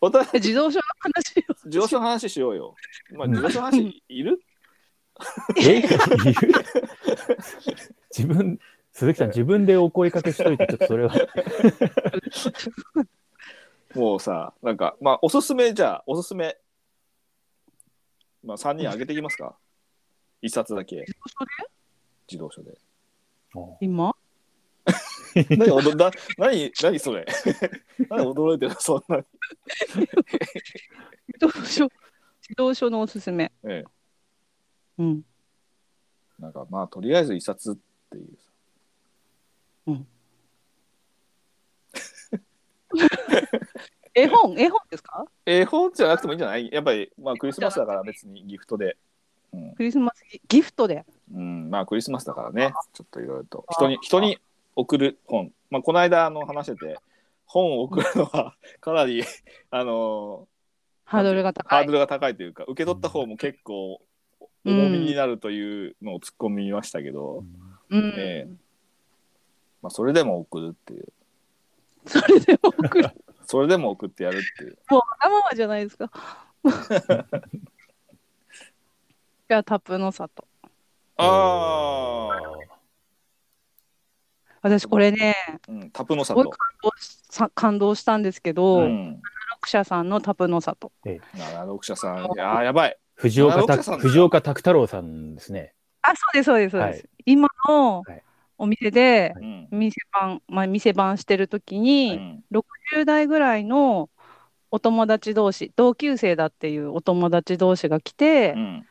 A: お互い
C: 自動車の話を。
A: 自動車の話しようよ。まあ自動車の話いる？
B: えっていう自分、鈴木さん、自分でお声かけしといて、ちょっとそ れは。
A: もうさなんかまあおすすめじゃあおすすめ。まあ三人あげていきますか。一冊だけ自動車で。
C: 今
A: 何おどな何何それ 何驚いてるそんなに、
C: 自動車。自動車のおすすめ。
A: え
C: うん。
A: え、なんかまあとりあえず一冊っていうさ
C: 絵本、絵本ですか。
A: 絵本じゃなくてもいいんじゃないやっぱりまあクリスマスだから別にギフトで、うん
C: クリスマスギギフトで。
A: うん、まあクリスマスだからねちょっといろいろと人に人に送る本まあこの間あの話してて本を送るのは かなりあの
C: ハードルが高
A: ハ
C: い
A: ード。ルが高いというか受け取った方も結構重みになるというのを突っ込みましたけど、
C: うん。
A: えまあ、それでも送るっていう
C: それでも送る。
A: それでも送ってやるっていう
C: もうわがままじゃないですか。じゃあタップの里。
A: ああ、
C: 私これね、
A: うん、タプの
C: すごい
A: 里
C: 感。動しさ感動したんですけど、
A: う
C: ロ
A: ん、
C: ク社さんのタップの里。
A: 七六社さん、いやー、やばい。
B: 藤
A: あ
B: 岡
A: 奥さ
B: 拓
A: ん
B: 藤岡拓太郎さんですね。
C: あ、そうですそうですそうです。
B: は
C: 今の
B: はい
C: お店で、
A: うん。
C: 店番まあ店番してる時
A: う
C: に、
A: ん
C: 10代ぐらいのお友達同士、同級生だっていうお友達同士が来て、
A: うん。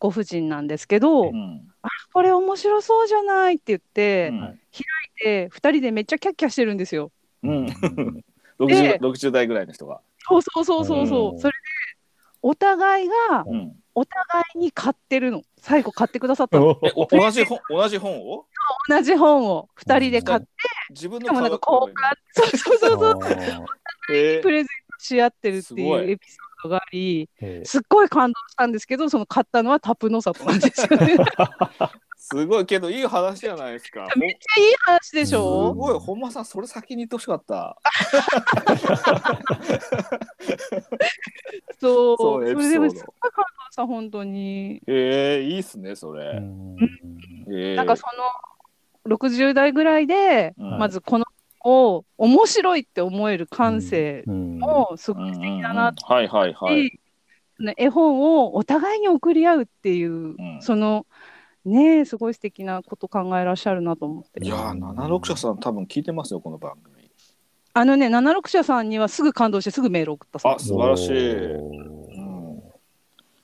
C: ご婦人なんですけど、
A: うん。
C: これ面白そうじゃないって言って、
A: うん
C: で2人でめっちゃキャッキャしてるんですよ。
A: うん
B: ん
A: 六十
C: で
A: 六十代ぐらいの人が。
C: そうそうそうそうそううんそれでお互いが
A: うん。
C: お互いに買ってるの最後買ってくださったの
B: お
A: え、お同じ本、同じ本を。
C: 同じ本を2人で買って
A: 自分
C: し
A: の
C: かも
A: 買
C: な
A: うん
C: か交換そうそうそうそう
A: え
C: プレゼントし合ってるっ
A: す
C: てい
A: ご
C: う
A: い
C: エピソードがあり
B: え
C: すっごい感動したんですけどその買ったのはタプノサトなんですよね。めっち
A: すごいけど、いい話じゃないですか。ほん
C: ゃいい話でし
A: す
C: ょ
A: ごい、本間さん、それ先に言ってほしかった。
C: そう
A: そ
C: そ
A: う
C: れでもすっ
A: エピソード
C: ごい感動した本当に。
A: えー、いいっすね、それ。えー
C: なんかその60代ぐらいで、
A: うん
C: まずこの子を面白いって思える感性
B: も
C: もす
A: う
C: ご
A: ん
C: い
A: うん
C: 素
A: うん
C: 敵だなと
A: はいは
C: 思
A: い
C: っ
A: は
C: て、
A: い。
C: ね絵本をお互いに送り合うっていう、
A: ん
C: そのねえすごい素敵なこと考えらっしゃるなと思って
A: いやー、76社さん、多分聞いてますよ、この番組。
C: あのね76社さんにはすぐ感動してすぐメール送ったそう
A: あ素晴らしいうん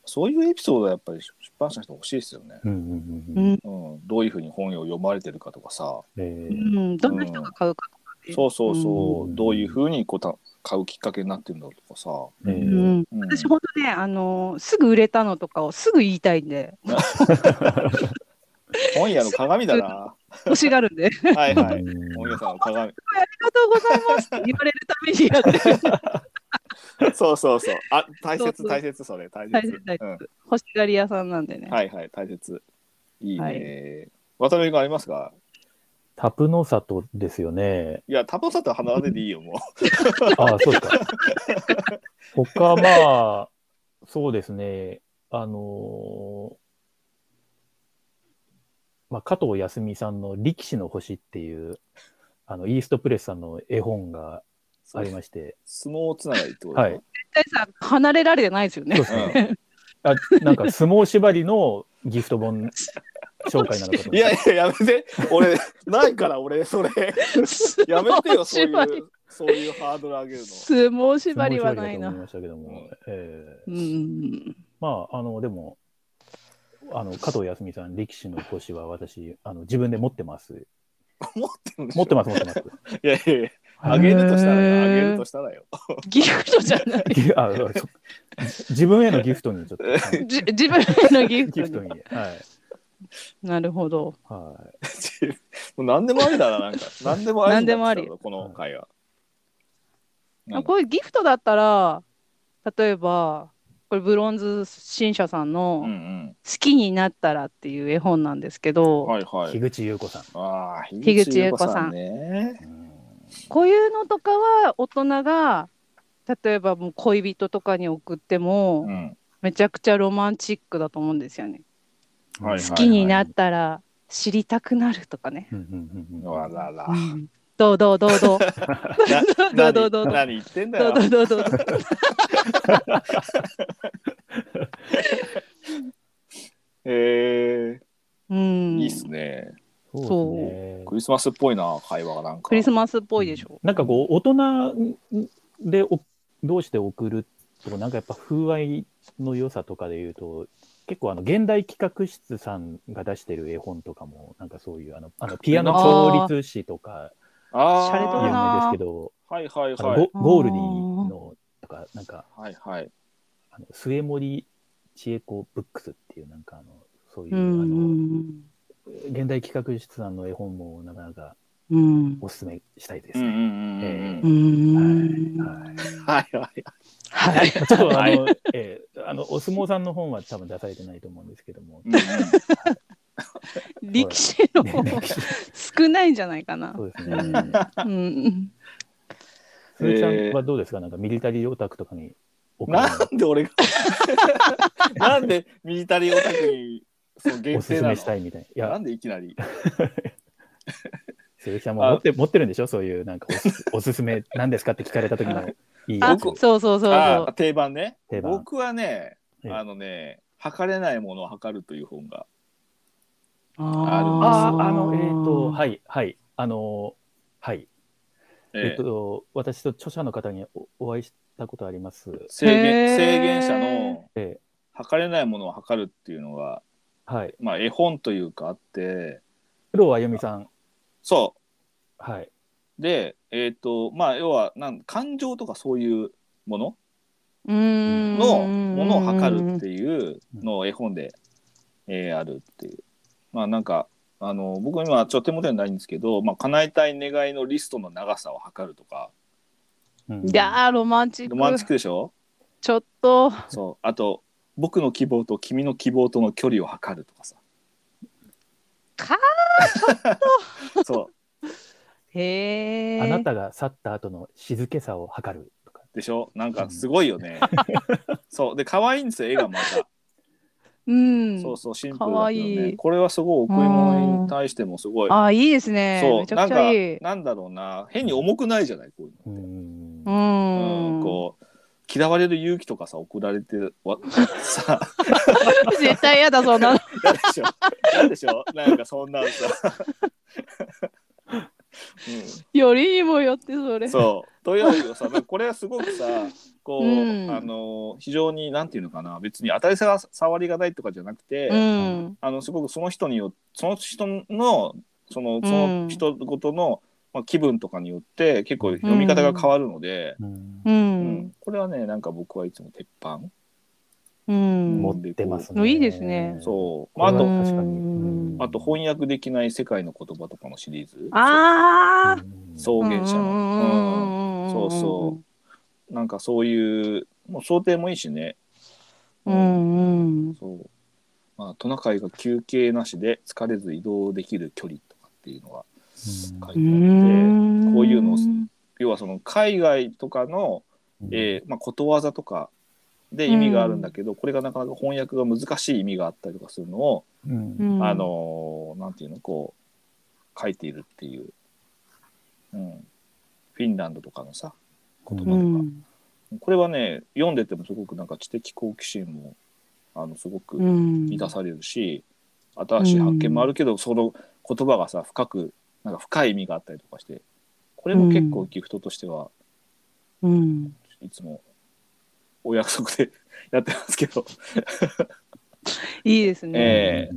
A: そういうエピソードはやっぱり出版社の人欲しいですよね。
C: うん
A: うん、どういうふうに本を読まれてるかとかさ、
C: うん、どんな人が買うかとかね
A: そうそうそう、
B: うん
A: どういうふうにこうた買うきっかけになってるんだとかさ。
C: うん
A: うん
C: 私本当ね、あのーすぐ売れたのとかをすぐ言いたいんで、
A: 本屋の鏡だな。
C: 欲しがるん で、
A: はいはい。本屋さんの鏡。
C: ありがとうございますって言われるためにやってる、
A: そうそうそう。あ、大
C: そう
A: 切
C: そう
A: 大切それ大切。
C: 大切大切
A: う
C: 欲しがり屋さんなんでね。
A: ん、はいはい大切。いい
C: は
A: ね。渡辺君ありますか。
B: タプノサトですよね。
A: いやタパサと離れでいいよも
B: ああ、そうですか。他、まあ、そうですね。あのーまあ、加藤康美さんの力士の星っていう、あの、イーストプレスさんの絵本が
A: う。
B: ありまして、
A: 相撲つながりってことだ
B: はい
C: 絶対さ、離れられてないですよね。
B: そうですねあなんか相撲縛りのギフト本紹介なのかと思った
A: いやいややめて。俺ないから俺それ。 や めてよそ
C: 相
A: う
C: 撲縛
A: い
C: り
A: うそういうハードル上げるの。
C: 相撲縛りはない
B: 相撲縛りだと思い
C: な。
B: ましたけども、え
C: う
B: え
C: ん、
B: まあ、あの、でも、あの、加藤康美さん、力士の星は私、あの、自分で持ってます。
A: 持ってるんでしょ
B: 持ってます、持っ てます。
A: いやいやいや。あげるとしたら
C: へ
A: よ
C: ー
A: あげるとしたらよ。
C: ギフトじゃない。
B: ぎあそう自分へのギフトにちょっと。はい
C: じ自分へのギフト
B: ギフト
C: に。
B: に。はい。
C: なるほど。
B: は
A: もう何でもありだ ななんか何でもあり
C: 何でもあり
A: この会話。
C: あこういうギフトだったら、例えば、これブロンズ新社さん
A: うんう
C: の
A: ん
C: 「好きになったら」っていう絵本なんですけど、
A: はい
B: い。
A: はい
B: 樋。口優子さん。
A: ああ、
C: 樋口優子さん
A: ね。
C: こういうのとかは大人が例えばもう恋人とかに送っても
A: うん。
C: めちゃくちゃロマンチックだと思うんですよね。
A: はいはい
C: 好きになったら知りたくなるとかね。
B: うんうんうんうん
A: わらら。
C: うんどうどうどうどうど
A: な
C: うどうどうどう
A: 何何言ってんだ
C: ど
A: よ
C: う。どうどうどう
A: え
C: うん
A: ー、いいっすね。
B: そうですね
A: クリスマスっぽいな、会話がなんか。
C: クリスマスっぽいでしょ。
B: なんかこう、大人でおどうして送ると、なんかやっぱ風合いの良さとかで言うと、結構あの、現代企画室さんが出してる絵本とかも、なんかそういう、あの、あのピアノ調律師とか、
A: あ
C: 洒落
B: 有
C: た
A: あ
C: な
B: 名ですけど、
A: はいはい
B: あの
A: はい。
B: ゴゴールディのとか、なんか、
A: はいはい。
B: あの末森千恵子ブックスっていうなんかあのそういう、
C: う
B: あの
C: ん
B: 現代企画室さんの絵本もなかなか
C: うん
B: おすすめしたいで
A: う
B: す
A: んうん
B: ね。
C: う
A: うんうんうん。
C: ん
B: はい
A: はいはい。
C: はい
B: ちょっとあの、えーあのお相撲さんの本は多分出されてないと思うんですけども、
A: うんうん
C: 力士の方
B: ね
C: が少ないんじゃないかな
B: そ。うです
C: うん
B: ね。
C: うん
B: すずちゃんはどうですか、なんかミリタリーオタクとかに送るの
A: なんで俺が。 なんでミリタリーオタクにそう限
B: おす
A: 定
B: す
A: な
B: めした
A: の
B: いみたいな。い
A: な
B: や、
A: んでいきなり。
B: 鈴木さんも持って持ってるんでしょそういうなんかおす すおすすめなんですかって聞かれた時のいい
C: あ
B: やつ
C: そうそうそう
A: あ
C: そ
A: ー定番ね。
B: 定番
A: 僕はね、
B: ええ
A: あのね、測れないものを測るという本が。
C: う。
B: あ
A: あ
B: あ、あの、えっ、と、はい、はい、あの、はい、えっ、
A: ええ
B: と、私と著者の方におお会いしたことあります。
A: 制限制
C: へー
A: 限者の
B: え
A: 測れないものを測るっていうのが、
B: ーはい、
A: まあ、絵本というかあって
B: 工藤あゆみさん、
A: そ
B: はい、
A: うでえっ、とまあ要はなん感情とかそういうもの
C: うん
A: のものを測るっていうのを絵本で、えーあるっていうまあなんかあの僕今ちょっと手元にないんですけど、まあ叶えたい願いのリストの長さを測るとか
B: うん
C: いやーロマンチック
A: ロマンチックでしょ
C: ちょっと
A: そうあと僕の希望と君の希望との距離を測るとかさ
C: か
A: そう
C: へえ
B: あなたが去った後の静けさを測るとか。
A: でしょなんかすごいよね。そうで可愛いんですよ絵がまた。
C: うん。
A: そうそう、シンプルだけど
C: かわい
A: ね。
C: い
A: これはすごい贈り物に対してもすごい。
C: あ、いいですね。
A: そう
C: めちゃくちゃいい。
A: なんだろうな、変に重くないじゃない、こういう
B: う
A: のって。
B: ん
C: う
A: うん
C: ん。
A: こう嫌われる勇気とかさ送られてわさ
C: 絶対嫌だ、そんなの。
A: 嫌でしょ嫌でしょなんかそんなん さ、
C: よりにもよって、そ
A: うん、
C: れ。
A: そうというよりはさなんかこれはすごくさこう、
C: うん
A: あの非常になんていうのかな別に当たり障りがないとかじゃなくて、
C: うん。
A: あのすごくその人によその人のそのその人ごとの、まあ、気分とかによって結構読み方が変わるので、
B: うん
C: う
A: うん
C: ん。
A: これはねなんか僕はいつも鉄板、
C: うん。
B: 持ってます
C: うん
B: ね。
C: いいですね
A: そう、ま
B: ま
A: あ、あ
B: あ、あ
A: と
B: と、確かに。
C: うん
A: あと翻訳できない世界の言葉とかのシリーズ
C: ああ。
A: そう
C: うん
A: 草原者の、
C: うん
A: そうそうんなんかそういうもう想定もいいしね、
C: う。うんうん。
A: そうまあトナカイが休憩なしで疲れず移動できる距離とかっていうのが書いてあって、こういうのを要はその海外とかの、えーまあ、ことわざとかで意味があるんだけど、これがなかなか翻訳が難しい意味があったりとかするのを、
B: うん
C: うん
A: あ、のーなんていうのこう書いているっていう、うん、フィンランドとかのさ言葉と
C: う
A: か、
C: ん
A: これはね読んでてもすごくなんか知的好奇心もあのすごく
C: うん
A: 満たされるし、新しい発見もあるけど、その言葉がさ深くなんか深い意味があったりとかしてこれも結構ギフトとしては
C: うん
A: いつもお約束で やってますけど、
C: いいですね。
A: ええ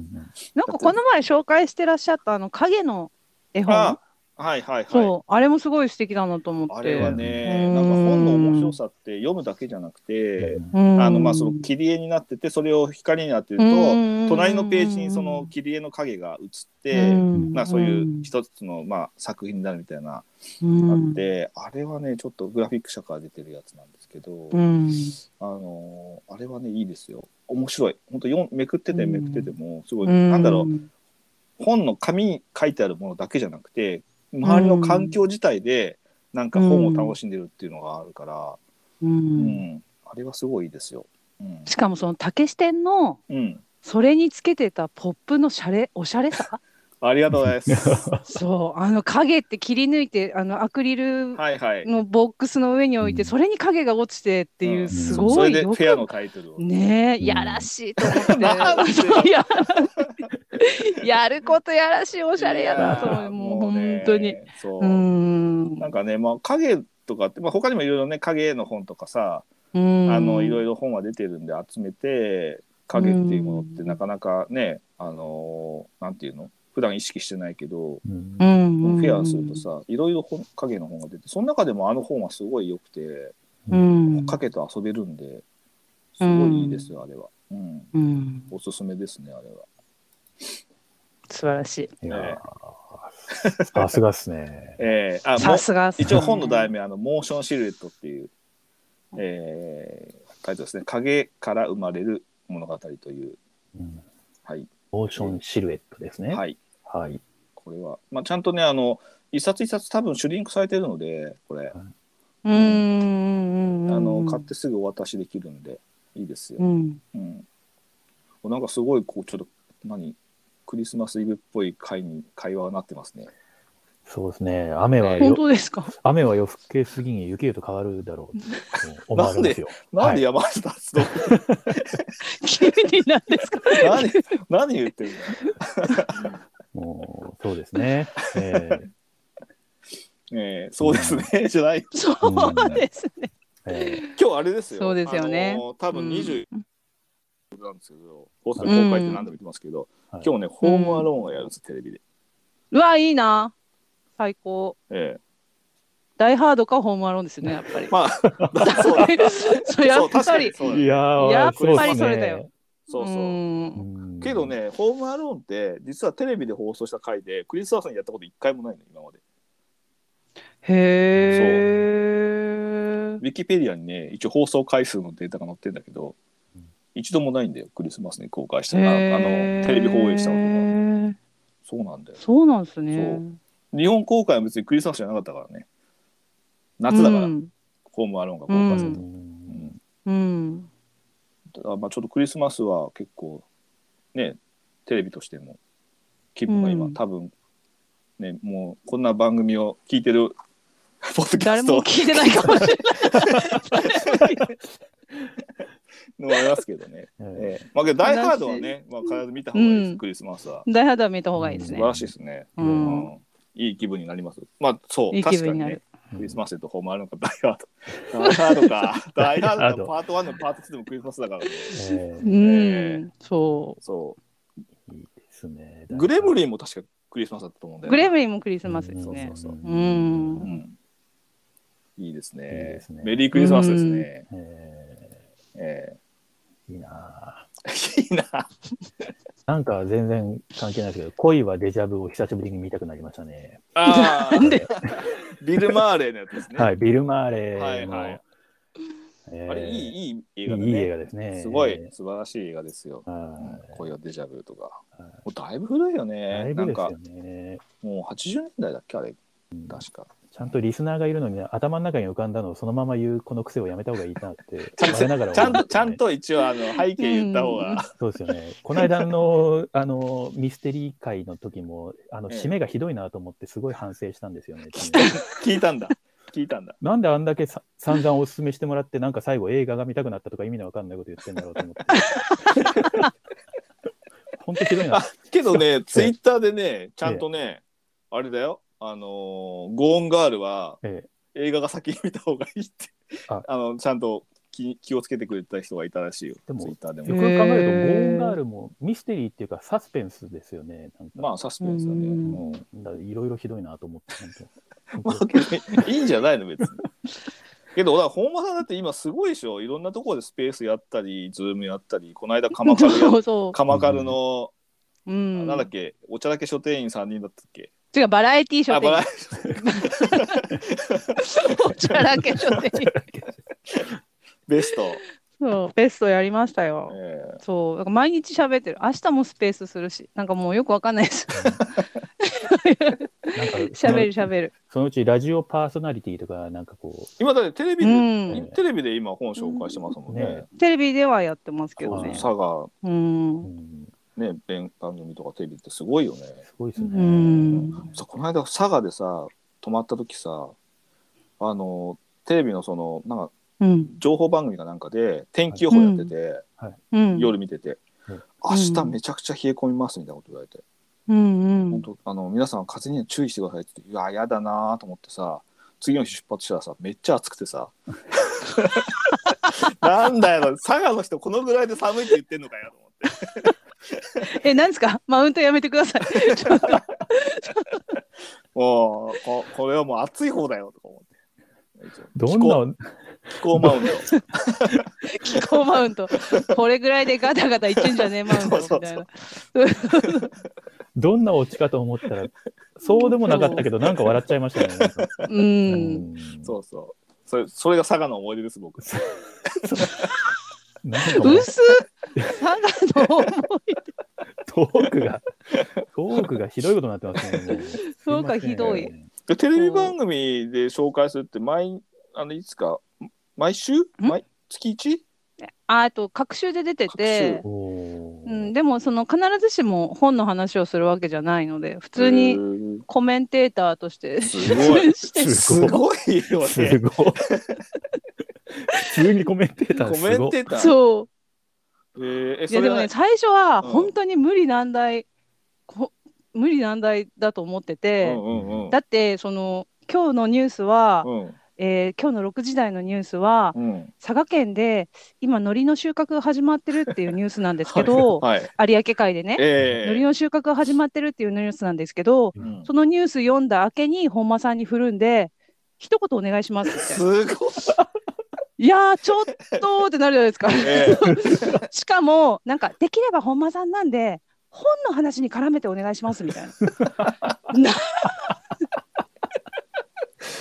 C: なんかこの前紹介してらっしゃったあの影の絵本
A: あ。はいはいはい
C: そう、あれもすごい素敵だなと思って。
A: あれはね、
C: うん
A: なんか本の面白さって読むだけじゃなくて、
C: うん
A: あのまあその切り絵になっててそれを光になってると、
C: うん
A: 隣のページにその切り絵の影が映って、
C: うん
A: まあ、そういう一つの、まあ、作品になるみたいな
C: うん
A: あって、あれはねちょっとグラフィック社から出てるやつなんですけど、
C: うん
A: あのーあれはねいいですよ面白い本当よめくってて
C: うん
A: めくっててもすごい、
C: うん
A: なんだろう本の紙に書いてあるものだけじゃなくて周りの環境自体でなんか本を楽しんでるっていうのがあるから、
C: う
A: うん
C: ん
A: あれはすごいいいですよ。うん
C: しかもその竹支店の
A: うん、
C: それにつけてたポップのシャレおしゃれ さ
A: ありがとうございます。
C: そうあの影って切り抜いてあのアクリル
A: はいはい。
C: のボックスの上に置いて、
B: うん
C: それに影が落ちてっていう、
A: うん
C: す
A: そ
C: ご
A: れ
C: い
A: でフ
C: よ
A: ェアの
C: く
A: タイトルを。
C: ねえ、
B: うん
C: やらしいと思って
A: なんで
C: そうやら やることやらしいおしゃれやなと思
A: いや
C: う
A: ー
C: もう
A: もう
C: 本
A: ね
C: 当に。
A: そう
C: うーん
A: なんかね、まあ、影とかって、まあ、他にもいろいろね影の本とかさ、
C: うーん
A: あのいろいろ本は出てるんで集めて影っていうものってなかなかね、あのーなんていうの普段意識してないけど、
B: うん
C: うんうんうん
A: フェアするとさいろいろ本影の本が出てその中でもあの本はすごい良くて、
C: うん
A: 影と遊べるんですごいいいですよあれは、うん、
C: うん
A: おすすめですねあれは。
C: 素晴らし
B: いやーさすがっすね。
A: えーあ
C: い
A: もう
C: さすが
A: 一応本の題名あの「モーションシルエット」って いう、えー、タイトルですね「影から生まれる物語」という
B: うん
A: はい、
B: モーションシルエットですね。。
A: はいい、
B: はい。
A: これは、まあ、ちゃんとねあの一冊一冊多分シュリンクされてるのでこれ、
C: うーん
A: あの買ってすぐお渡しできるんでいいですよ
C: う、ん
A: うんおなんかすごいこうちょっと何クリスマスイブっぽい会に会話になってますね
B: そうですね。雨は
C: 本
B: よ、
C: 当ですか
B: 雨は夜更けすぎに雪へと変わるだろうと思われますよ。
A: なんで山下達郎、
C: 急になんですか
A: 何何言ってる
B: もう、そうですね。ええ
A: の、えー、そうですね じゃない
C: そうですね
B: え
A: 今日あれですよ。
C: そうですよね
A: あのー多分二十
C: うん
A: なんですけど、放送公開って何度も言ってますけど、
B: はい
A: 今日ね、ホームアローンをやるんですテレビで。
C: うわいいな最高
A: え
C: ダイハードかホームアローンですよねやっぱり
A: え、まあそうだ
C: そうや
A: そう
C: っ
A: 確
C: ぱ
A: かに
C: り
A: そう
B: えい
A: だ
B: やー
C: やっぱり
B: うっすね
C: それだよ
A: そうそうう。
B: うんん
A: けどね、ホームアローンって実はテレビで放送した回でクリスマスにやったこと一回もないの今まで。
C: へえ
A: ウィキペディアにね一応放送回数のデータが載ってんだけど
B: うん、
A: 一度もないんだよクリスマスに公開したああのテレビ放映したことが。そうなんだよ。
C: そうなんですね
A: 日本公開は別にクリスマスじゃなかったからね。夏だから、
C: うん
A: ホームアローンが公開されたの
B: うん
C: うん
A: あまあ、ちょっとクリスマスは結構ねテレビとしても気分が今、
C: うん
A: 多分ねもうこんな番組を聞いてる ポッドキャ
C: 誰
A: スト
C: も聞いてないかもし れない。
A: のもありますけ どね、
B: うん
A: ええまあけど「ダイ・ハード」はね、まあ、必ず見た方がいいです、
C: うん
A: クリスマスは
C: 大肌は見た方がいいです
A: 素
C: ね
A: 晴。らしいですね、
C: う、
A: うんんいい気分になりますまあそう
C: いい気
A: 確
C: 分
A: か
C: に
A: に
C: な
A: ね
C: る。
A: クリスマスデーとホームアローンかダイハード。ダイハード か。ダイハードのパート1のパート2でもクリスマスだからね。
B: え
C: う
B: え
C: ん、そ
A: そ
B: いいですね。
A: う。グレム
B: ン
A: リンも確かクリスマスだったと思うんだ
C: う。
A: よ
C: グ
A: ね、
C: レムリンもクリスマスですね
A: そう。そうそう
C: うん
A: うん。いいですね。
B: いいですね
A: メリークリスマスですね。
B: え
A: え
B: えいいなあ
A: えいいな。
B: なんか全然関係ないですけど、恋はデジャブを久しぶりに見たくなりましたね。
A: あ
C: なん
A: あ、
C: で
A: ビル・マーレーのやつですね。
B: はい、ビル・マーレーの、
A: はいはい
B: ええ
A: あれ、いい、いい
B: い
A: 映
B: い
A: 画だ
B: 映
A: ね。
B: 画ですね。
A: すごい、素晴らしい映画ですよ。
B: は
A: うん恋はデジャブとか。
B: い。は
A: もうだいぶ古いよ
B: いだ
A: ね。
B: い
A: な
B: ぶ
A: ん
B: です
A: か
B: よ、ね。
A: もう80年代だっけあれ、
B: うん
A: 確か。
B: ちゃんとリスナーがいるのに、頭の中に浮かんだのをそのまま言うこの癖をやめた方がいいなって
A: ちゃん
B: 我ながら
A: ちゃん
B: 思いま
A: と、
B: すね
A: ちゃんと一応、あの、背景言った方が。
B: そうですよね。この間の、 あの、ミステリー会の時も、あの、
A: ええ
B: 締めがひどいなと思って、すごい反省したんですよね。
A: 聞いたんだ。聞いたんだ。
B: なんであんだけさ散々お勧めしてもらって、なんか最後映画が見たくなったとか意味のわかんないこと言ってんだろうと思って。 本当ひどいな
A: あ。けどね、ツイッターでね、ちゃんとね、あれだよ、あのーゴーンガールは
B: え
A: 映画が先に見た方がいいって、
B: あ
A: あのちゃんと気気をつけてくれた人がいたらしいよ、
B: でも
A: ツイッターで
B: え、よ
A: も。
B: くよく考えると、
C: へ
B: ゴー
C: え
B: ンガールもミステリーっていうかサスペンスですよね。なんか
A: まあ、サスペンスだね。
C: うん
A: うん
B: だからいろいろひどいなと思って。本当
A: まあ、けどいいんじゃないの、 別に。けど、だから本間さんだって今すごいでしょ、いろんなところでスペースやったり、ズームやったり、この間、鎌軽 や
C: そうそ
A: 鎌軽の、
C: う。うん。
A: なんだっけ、お茶だけ書店員3人だったっけ。
C: 違う、バラエティー書
A: あ、バラ
C: 店
A: エティ
C: おちゃらけ書店
A: ベスト。
C: そう、ベストやりましたよ。
A: ええ
C: そう、だから毎日喋ってる。明日もスペースするし、なんかもうよくわかんないです。
B: なんか
C: 喋る喋る。
B: そのうちラジオパーソナリティとか、なんかこ
A: 今だってテレビ
C: う
A: で、
C: ん。
A: テレビで今本紹介してますもんね。
B: ね
C: テレビではやってますけ
A: そう
C: ど
A: そう
C: ね。
A: 佐賀
C: う。
B: う、うんん、
A: ね弁番組とかテレビってすごいよね。
B: すごいです
C: う
B: ね。
C: ん。
A: さこの間佐賀でさ泊まった時さあのテレビのそのなんか
C: うん。
A: 情報番組かなんかで天気予報やってて、
C: うん。
A: 夜見てて、
B: うん
A: 明日めちゃくちゃ冷え込みますみたいなこと言われて、
C: うんうん。
A: 本当あの皆さん風には注意してくださいって言っていややだなーと思ってさ次の日出発したらさめっちゃ暑くて さなんだよ佐賀の人このぐらいで寒いって言ってんのかよと思って。
C: え、なんですかマウントやめてくださ い。ちょっと
A: もうここれはもう暑い方だよとか思って。
B: どんな、
A: 気候気候マ ウント。
C: 気候マウント。これぐらいでガタガタ言ってんじゃねえ、マウント。みたいな。
B: どんなオチかと思ったら、そうでもなかった けど、なんか笑っちゃいましたねなんか。
C: う。
B: うん
A: そうそう。それそれが佐賀の思い出です僕。
B: なんかもう
C: うす佐賀の思い。
B: トークが、トークがひどいことになってますね。もう
C: そうかひどい。
B: すません
A: でテレビ番組で紹介するって毎あのいつか毎週毎月一？
C: ああと、隔週で出てて。
B: お
C: う
B: ー
C: ん、でもその必ずしも本の話をするわけじゃないので普通
A: へ
C: に
A: ー
C: コメンテーターとして
A: すごい
C: してる
B: す
A: す
B: ご
A: ごいよ
B: す
A: ね。
B: ごい。普通にコメンテーター
A: コ
B: すごい
A: メンテーター。う。
C: そ
A: えー、え
C: ういや
A: そ
C: で
A: れ
C: も
A: は
C: ね最初は
A: うん
C: 本当に無理難題、こ無理難題だと思ってて、
A: うんうんうん。
C: だってその今日のニュースは、
A: うん
C: えー今日の6時台のニュースは
A: うん。
C: 佐賀県で今海苔の収穫が始まってるっていうニュースなんですけど、
A: はい。
C: 有明海でね
A: え
C: 海苔
A: ー。
C: の収穫が始まってるっていうニュースなんですけど、
A: うん
C: そのニュース読んだ明けに本間さんに振るんで一言お願いしますみたい
A: す
C: な。
A: ごい。
C: いやーちょっとってなるじゃないですか。
A: え
C: しかもなんかできれば本間さんなんで本の話に絡めてお願いしますみたいな。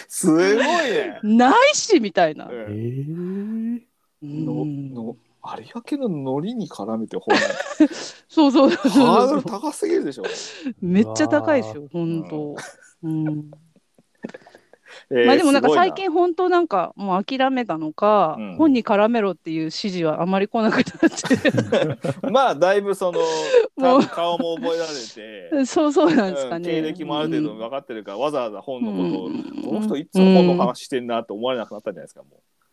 A: すごいね。
C: なないしみたいな。
A: うん
B: えー
A: の
C: うん
A: の有明の海苔に絡めて 本なんて
C: そうそうそう
A: ハード
C: そ
A: ル
C: う
A: 高す ぎるでしょ。
C: めっちゃ高いですよ本当。うん
A: えー
C: まあでもなんか
A: すごい
C: 最近本当なんかもう諦めたのか、
A: うん
C: 本に絡めろっていう指示はあまり来なくなっ
A: まあだいぶその
C: もう
A: た顔も覚えられて
C: て そうそうなんです
A: う
C: か
A: ん
C: ね。
A: 経歴もある程度分かってるからわざわざ本のことをこの人いつ
C: う
A: も
C: ん
A: 本の話してんなと思われなくなったんじゃないですかも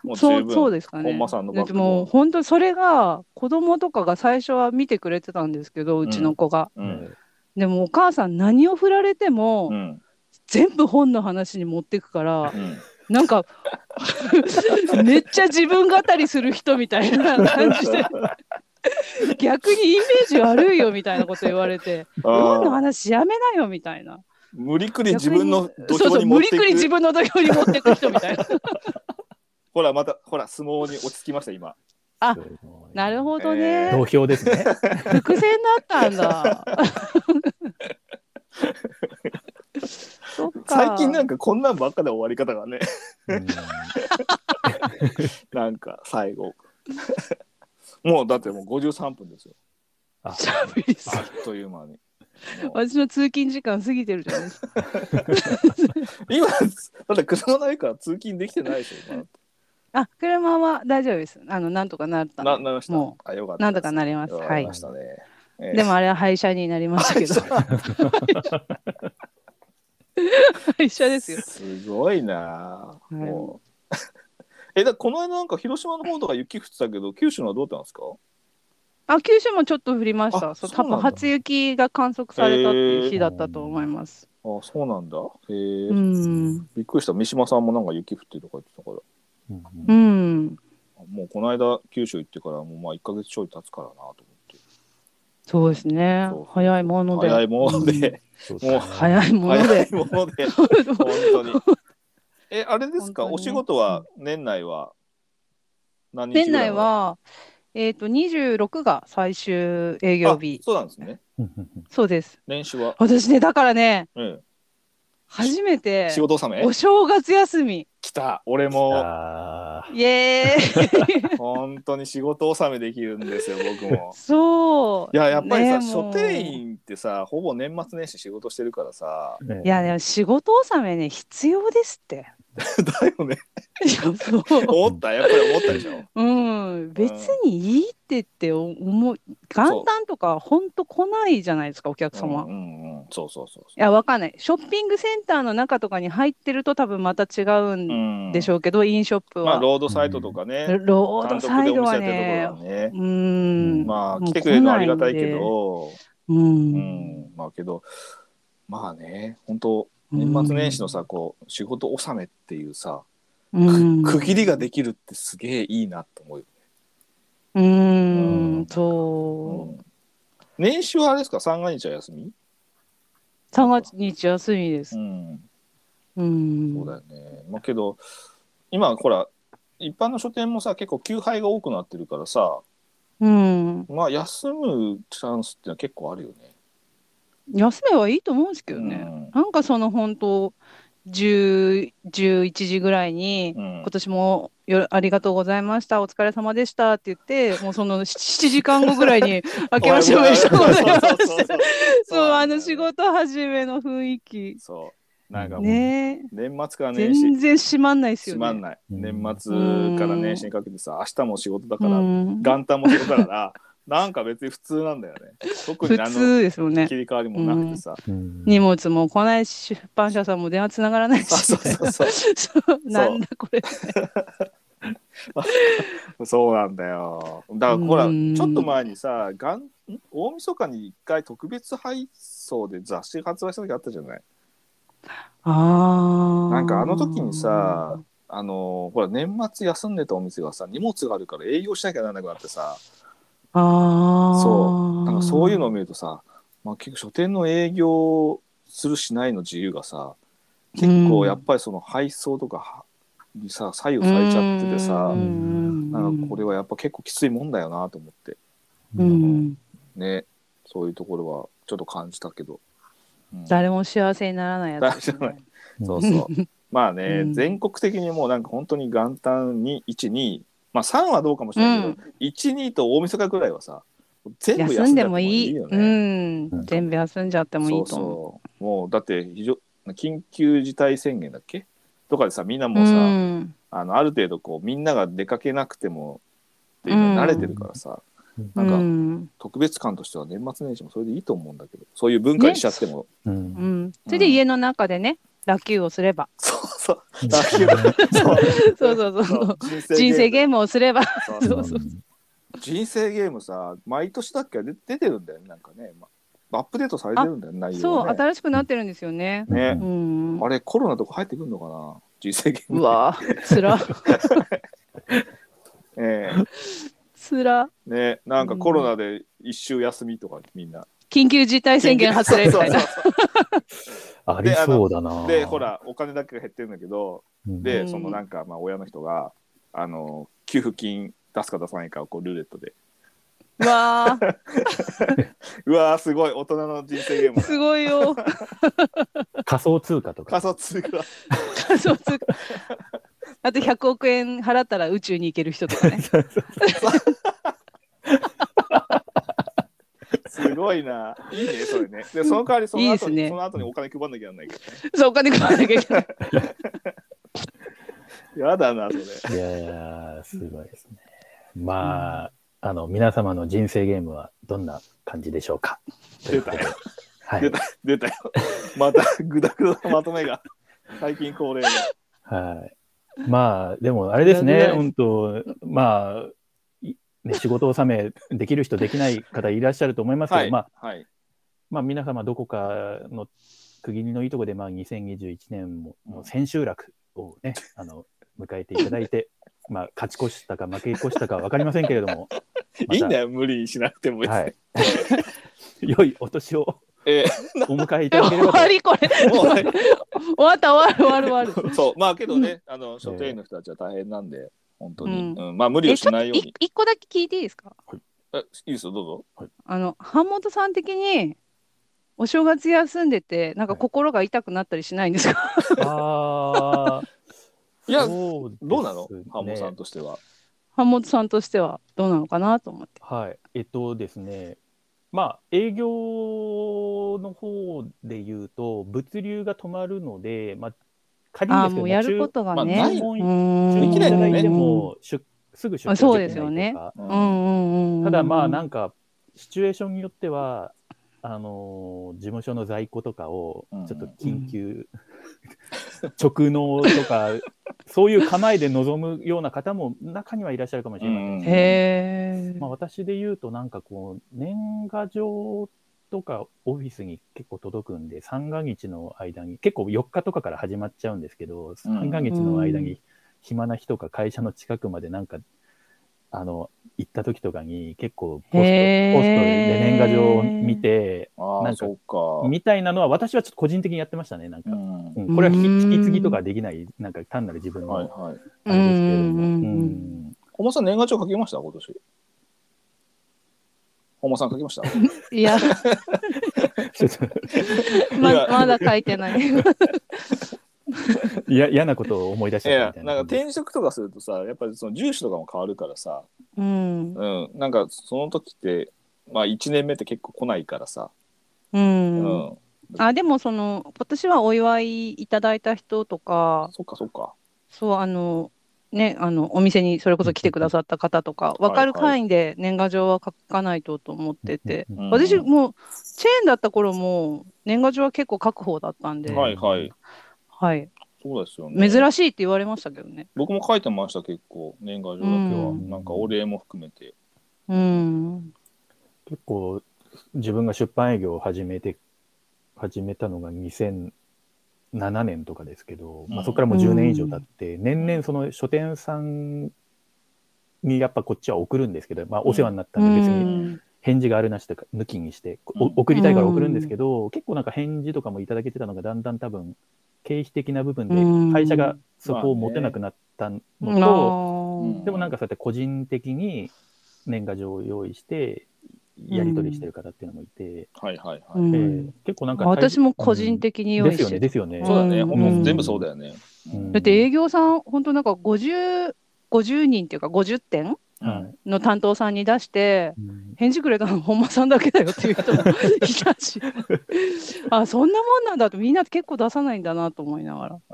A: うもう十
C: そう
A: 分
C: そうですかね。
A: 本間さんのバッ
C: で
A: グも
C: も本当それが子供とかが最初は見てくれてたんですけどうちの子が、
A: うん
C: でもお母さん何を振られても、
A: うん
C: 全部本の話に持ってくから
A: うん
C: なんかめっちゃ自分語りする人みたいな感じで逆にイメージ悪いよみたいなこと言われて本の
A: あー
C: 話やめなよみたいな
A: 無理くり自分の土
C: そう
A: 俵
C: そ
A: に
C: う
A: 持っ
C: 無
A: て
C: 理
A: いく
C: くり自分の土俵に持ってく人みたい な
A: ほらまたほら相撲に落ち着きました今
C: あ
B: そうですね
C: なるほど
A: え
C: ね、
A: ー
B: 同票ですね。
C: 伏線だったんだ。 そっか。
A: 最近なんかこんなんばっかで終わり方がね
B: うん
A: なんか最後もうだってもう53分ですよ
B: あ
C: 喋りすぎ
A: あっという間にもう
C: 私の通勤時間過ぎてるじゃないですか。
A: 今だって車ないから通勤できてないでしょ
C: あ、車は大丈夫です。あの、なんとかなった
A: 今
C: の
A: ななりました
C: も
A: あよかっ
C: う、
A: た
C: なんとかなります。
A: わ
C: は
A: かり
C: い
A: ま。したね、えー
C: でもあれは廃車になりましたけど。廃車ですよ。
A: すごいな
C: い
A: あ、もう えだからこの間なんか広島の方とか雪降ってたけど九州のはどうだったんですか
C: あ、九州もちょっと降りまし
A: あ
C: た。そう、
A: そ
C: 多
A: うなんだ
C: 分初雪が観測されたっていう日だったと思います。
A: あそうなんだへえ、
C: うん。
A: びっくりした三島さんもなんか雪降ってるとか言ってたから
C: う
B: うん
C: ん。
A: あもうこの間九州行ってからもうまあ1か月ちょい経つからなと思って
C: そうですね
A: そう。
C: 早いもので。
A: 早いもので、
B: そう
A: もう
C: 早い もの
A: 早
C: で
A: い。もので本 当にえあれですか、
C: 本当にね
A: お仕事は年内は何日
C: 年
A: ぐらい
C: 内
A: まで
C: は、えっ、と、26が最終営業日
A: あ。そうなんですね
B: うん
C: そうです。
A: 年始は、
C: 私ね、だからね、
A: うん、
C: 初めて
A: 仕、事納め
C: お正月休み。
A: 来た俺も
B: あ
C: イエ ーイ
A: 本当に仕事納めできるんですよ 僕も
C: そう。
A: いややっぱりさ、
C: ねも
A: 書
C: う
A: 店員ってさほぼ年末年始仕事してるか らさ
B: ー
C: いや、でも仕事納めね、必要ですって。
A: だよね
C: いやそう。
A: 思ったやっぱり思ったでしょ
C: うん、別にいいってって思う。元旦とか、ほんと来ないじゃないですか、お客様。
A: うんうんうん、そうそうそう
C: いや、わかんない。ショッピングセンターの中とかに入ってると多分また違うん
A: ん
C: でしょうけど、インショップ
A: まあ
C: は。
A: ロードサイトとかね、
C: ロード
A: 単独
C: サ
A: で
C: イ
A: お
C: ド
A: 店
C: は
A: やって
C: ね
A: ると、ころはね
C: うーん、
A: まあ
C: もう
A: 来てくれるのはありがたい
C: 来
A: け
C: ないんで
A: ど、
C: う、
A: うんん、まあけど、まあね、本当年末年始のさ、こう仕事納めっていうさ、
C: うん、
A: 区切りができるってすげえいいなと思うよ。
C: う
A: うんん、
C: そう
A: うん年始はあれですか、三が日は休み？、
C: 三月日休みです
A: う。ん、
C: うん、
A: そうだよね。まあけど、今ほら一般の書店もさ、結構休廃が多くなってるからさ、
C: うん、
A: まあ休むチャンスっていうのは結構あるよね。
C: 休めばいいと思うんですけどね。なんかその本当十十一時ぐらいに。
A: うん、うん
C: 今年もよありがとうございましたお疲れ様でしたって言ってもうその7時間後ぐらい に「明けましておめでとうございます」
A: そうそうそうそう
C: そうあの仕事始めの雰囲気
A: そうなんかもう
C: ねえ
A: 年末から年始
C: 全然閉まんないですよ
A: つ
C: ね。
A: まんない
B: うん
A: 年末から年始にかけてさ明日も仕事だから
C: うん
A: 元旦も仕事だから なんか別に普通なんだよね特
C: 普
A: に何の
C: 通ですよね
A: 切。り替わりもなくてさ
B: うん
C: 荷物も来ないし出版社さんも電話つながらないし
A: そうそうそう
C: そうなんだこれ
A: そうなんだよだからほらち
C: うん
A: ょっと前にさ元ん大晦日に一回特別配送で雑誌発売した時あったじゃない
C: あ
A: なんかあの時にさあのほら年末休んでたお店がさ荷物があるから営業しなきゃならなくなってさ
C: あ
A: そう
C: そ
A: なんかそういうのを見るとさ、まあ、結構書店の営業するしないの自由がさ結構やっぱりその配送とかはにさ左右されちゃっててさ
B: ん
A: なんかこれ
C: は
A: はやっぱ結構きついもんだよなと思って
C: うん
A: ねそういうところはちょっと感じたけど、うん
C: 誰も幸せにならないやつですね
A: 誰もそうそう まあね、
C: うん
A: 全国的にもうなんか本当に元旦に12まあ3はどうかもしれないけど、12と大晦日ぐらいはさ全部休んじゃっ
C: 休んでもい
A: て
C: い
A: よ
C: う
A: ね。
C: ん全部休んじゃってもいいと
A: そう
C: 思
A: そうもうだって非常緊急事態宣言だっけとかでさみんな
C: う
A: もうさ、
C: ん
A: あのある程度こうみんなが出かけなくてもっていうのに慣れてるからさ、
B: うん
A: なんか
C: うん
A: 特別感としては年末年始もそれでいいと思うんだけどそういう文化にしちゃっても、
B: うん
C: うんそれで家の中でね打球をすれば
A: そうそう
B: うん
A: 打球そう
C: そうそうそう
A: そう
C: 人生ゲームをすれば
A: そう
C: そうそう
A: 人生ゲームさ毎年だっけ出出てるんだよねなんかね、まアップデートされてるんだよね内容
C: そう
A: がね
C: 新しくなってるんですよね。
A: ね
B: う
C: うんん
A: あれコロナとか入ってくるのかな人生ゲーム
C: うわつら
A: え
C: つら
A: えねなんかコロナで一周休みとかみんな
C: 緊急事態宣言発令みたいな。
A: そうそう
B: ありそうだな
A: そう。でほ、らお金だけが減ってるんだけど
B: うん
A: で、
C: うん
A: そのなんかまあ親の人があの給付金出すか出さないかをこうルーレットで
C: うわ
A: うわーすごい大人の人生ゲーム
C: ーすごいよ。
B: 仮想通貨とか。
A: 仮想通貨
C: 仮想通貨あと100億円払ったら宇宙に行ける人とかね。
A: すごいないいねそれねでその代わりその後に
C: いいですね
A: その後にお金配んなきゃなんないけ
C: そうお金配らなきゃいけない。
A: どやだなそれ
B: いやいや、すごいですね。まあ、あの、皆様の人生ゲームはどんな感じでしょうか。
A: 出たよ
B: はい
A: 出。た出たよまたグダグダのまとめが最近恒例の
B: はい。まあ、でも、あれですね、
C: やばい
B: 本当、まあ、いね、仕事納めできる人、できない方いらっしゃると思いますけど、
A: はい
B: まあ、
A: はい
B: まあ、皆様、どこかの区切りのいいとこで、まあ、2021年ももう千秋楽をね、あの、迎えていただいて、 まあ、勝ち越したか負け越したかは分かりませんけれど も、
A: いいんだ
B: よ、
A: よ無理にしなくても別に
B: はい。 良いお 年を
A: え
B: お迎えい
C: え
B: ただけ
C: 終
B: れ ばと
C: わりこれ。
A: ーもう
C: 終
A: ね
C: わった終わる終わる終わる。
A: そうまあけどねあの書店員の人たちは大変なんで本当に、
C: う
A: うんまあ無理を
C: え
A: し
C: ちょっ
A: な
C: と
A: いよう
C: い
A: に
C: 一個だけ聞いていいですか
A: えいいですよどうぞ
C: あの版本さん的にお正月休んでてなんか心が痛くなったりしないんですか、
B: あー
A: いや
B: そうですね
A: どうなのハモさんとしては。
C: 版本さんとしてはどうなのかなと思って。
B: はい、えっとですね、まあ、営業の方で言うと、物流が止まるので、まあ、仮に
C: あ
B: で
C: あ
B: す
C: も
B: けど、
C: うやることが
A: まあ
C: ね。
A: ない
B: もう
C: う
B: 注
C: ん
A: でき
B: 注文い
A: ない
B: た
A: もん
B: だ
A: ね
B: いても、出すぐ出荷でき
C: そう
B: ない
C: です
B: とか、
C: よね
A: う
C: うんうんうん。
B: ただ、まあ、なんか、シチュエーションによっては、あのー事務所の在庫とかを
A: うんうん
B: ちょっと緊急、直納とかそういう構えで臨むような方も中にはいらっしゃるかもしれません
A: うん
C: へえ。
B: まあ、私で言うと、なんかこう、年賀状とかオフィスに結構届くんで、三が日の間に、結構4日とかから始まっちゃうんですけど、三が日の間
C: う
B: に、暇な日とか会社の近くまでなんか、あの、行った時とかに結構ポスト、ポス
C: へ
B: ト
C: ー
B: で年賀状を見て、
A: ああ
B: なん
A: ー、
B: か
A: そっか。
B: みたいなのは私はちょっと個人的にやってましたね、なんか
A: う。ん
B: う、んこれは引き
C: うん
B: 引き継ぎとかできない、なんか単なる自分の
A: はい
B: あ
A: はい。
B: れですけれども。
C: うんうんうん
B: うん
A: 本間さん、年賀状書きました今年。本間さん書きました
C: いや、
B: ちょっと
A: い
C: ま
A: や
C: まだ書いて ない。
B: いや嫌なことを思い出し
A: い
B: ちゃったみ
A: や
B: た、いな
A: なんか
B: 感じ。
A: 転職とかするとさ、やっぱりその住所とかも変わるからさ、
C: うん。
A: うん、なんかその時って、まあ1年目って結構来ないからさ、
C: う。
A: うんん、
C: あ、でもその、私はお祝いいただいた人とか、
A: そっかそっか。
C: そう、あの、ね、あの、お店にそれこそ来てくださった方とか、わかる範囲で年賀状は書かないとと思ってて、
B: うん
A: うん
C: 私もう、チェーンだった頃も、年賀状は結構書く方だったんで、
A: はいはい。
C: はい。
A: そうですよね。
C: 珍しいって言われましたけどね。
A: 僕も書いてました、結構、年賀状だけ
C: う
A: は。
C: ん
A: なんかお礼も含めて。
C: うん。
B: 結構自分が出版営業を始めて始めたのが2007年とかですけど、ま
A: う
B: あ、
A: ん
B: そこからもう10年以上経って、年々その書店さんにやっぱこっちは送るんですけど、まあ、お世話になったんで別
C: う
B: に
C: ん
B: 返事があるなしとか抜きにして、お
A: うん
B: 送りたいから送るんですけど、結構なんか返事とかもいただけてたのがだんだん多分経費的な部分
C: うん
B: で会社がそこを持てなくなったのと、
C: あ
A: うん
C: ー
B: でもなんかそうやって個人的に年賀状を用意してやり取りしてる方っていうのもいて、
A: はいはいはい。
C: うん
B: えー結構なんか
C: 私も個人的に用意
B: ですよ
C: して
B: ね
C: る。
B: ですよね。
A: そうだね、
C: うん
A: ほんと全部そうだよね。
B: うん
C: だって営業さん、本当なんか50、50人っていうか50点
B: はい
C: の担当さんに出して、
B: うん
C: 返事くれたの本間さんだけだよっていう 人もいたし、あ、そんなもんなんだって、みんな結構出さないんだなと思いながら。
A: う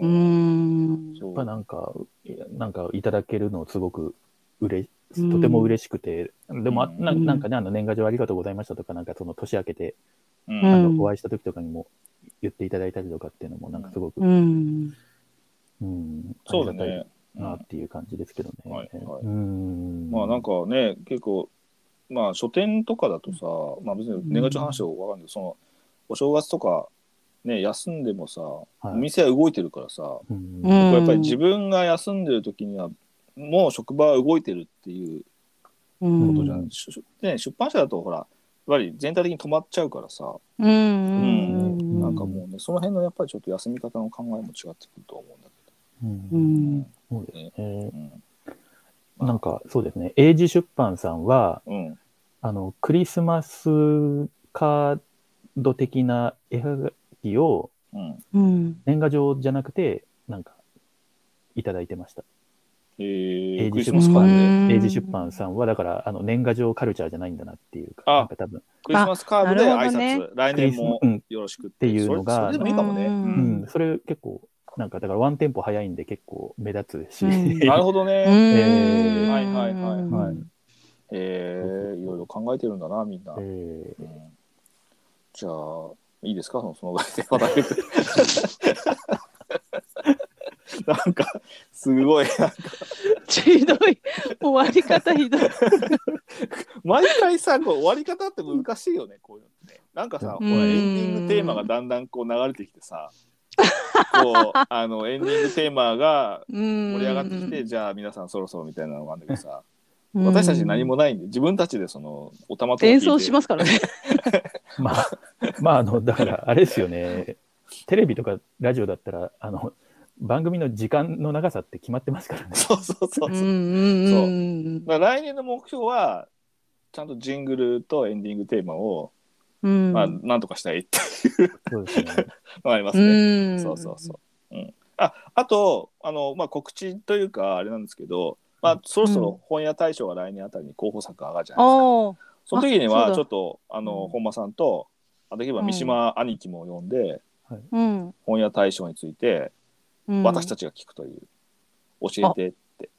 C: うー
A: ん。
C: ん。
A: そ
B: やっぱ
A: う。
B: なんか、いやなんかいただけるのすごくうれとても嬉しくて、でもあ
A: うん
B: ななんかね、あの年賀状ありがとうございましたとか、なんかその年明けて、
A: う
B: あ
A: ん。
C: うん
B: のお会いした時とかにも言っていただいたりとかっていうのも、なんかすごく、
C: う
B: うん
C: ん。
B: あ
A: そう
B: り
A: だ
B: がたい
A: ね。うん
B: なっていう感じですけどね。
A: はいはい
B: うん
A: まあなんかね、結構、まあ書店とかだとさ、まあ別に年賀状話はわかんないけど、その、お正月とか、ね、休んでもさ、
B: はい
A: お店は動いてるからさ、
B: うん
C: うん
A: やっぱり自分が休んでる時には、もう職場は動いてるっていう
C: う
A: ことじゃ
C: ん。
A: ん。ししね、出版社だとほら、やっぱり全体的に止まっちゃうからさ、
C: うん。う
A: うん
C: ん
A: なんかもうね、その辺のやっぱりちょっと休み方の考えも違ってくると思うんだ
B: うん
C: うん。
B: そうですね
A: けど。うん
B: なんかそうですね、英字出版さんは、
A: うん。
B: あの、クリスマスカード的な絵はがきを
A: うん。
C: うん。
B: 年賀状じゃなくて、なんか、いただいてました。
A: えー、
B: 英
A: クリ
B: 字
A: ス
B: 出
A: マスカードで。
B: 版で、英字出版さんは、だから、あの、年賀状カルチャーじゃないんだなっていうか、
A: あ
B: なんか多分、
A: クリスマスカードで
C: あな
A: 挨
C: るほど
A: 拶、
C: ね
A: 来年も
B: クリスマうん
A: よろしくっ
B: っていうのが
A: それそれでもいいかもね。
C: う
B: うんん、それ結構、なんか、だからワンテンポ早いんで結構目立つし、
C: うん
A: なるほど
C: う
A: ね。
C: ん。
A: はいはいはい
B: はい
A: えー、いろいろ考えてるんだな、みんな。
B: えー
A: うんじゃあ、いいですか、そのそ のぐらいで話題で なんか、すごい、
C: ひどい。終わり方ひどい。
A: 毎回さ、こう終わり方って難しいよね、こういうのってね。なんかさ、ほ
B: うん
A: らエンディングテーマがだんだんこう流れてきてさ、こう、あの、エンディングテーマが
C: 盛
A: 盛り上がってきて、じゃあ皆さんそろそろみたいなのがあるんだけどさ、私たち何もないんで、自分たちでその、おたまと。
C: 演奏しますす からね。
B: まあ、まあ、あの、だから、あれですよね、テレビとかラジオだったら、あの、番組の時間の長さって決まってますからね。
A: そうそうそうう。
C: ん
A: そううんそう
C: うん
A: だから来年の目標は、ちゃんとジングルとエンディングテーマを、
C: うん。
A: まあ、なんとかしたいって
B: そうですね。
A: のがありますね。
C: うん。
A: そうそうそう。うん、ああとあの、まあ、告知というかあれなんですけど、まあ、そろそろ本屋大賞が来年あたりに候補作が上がるじゃないです
C: あ
A: か。その時に
C: あそう
A: は
C: だ
A: ちょっとあの
C: うん
A: 本間さんとあできれば三島兄貴も呼んで、
C: あ。うん。
A: 本屋大賞について私たちが聞くという、教えてって。
C: うん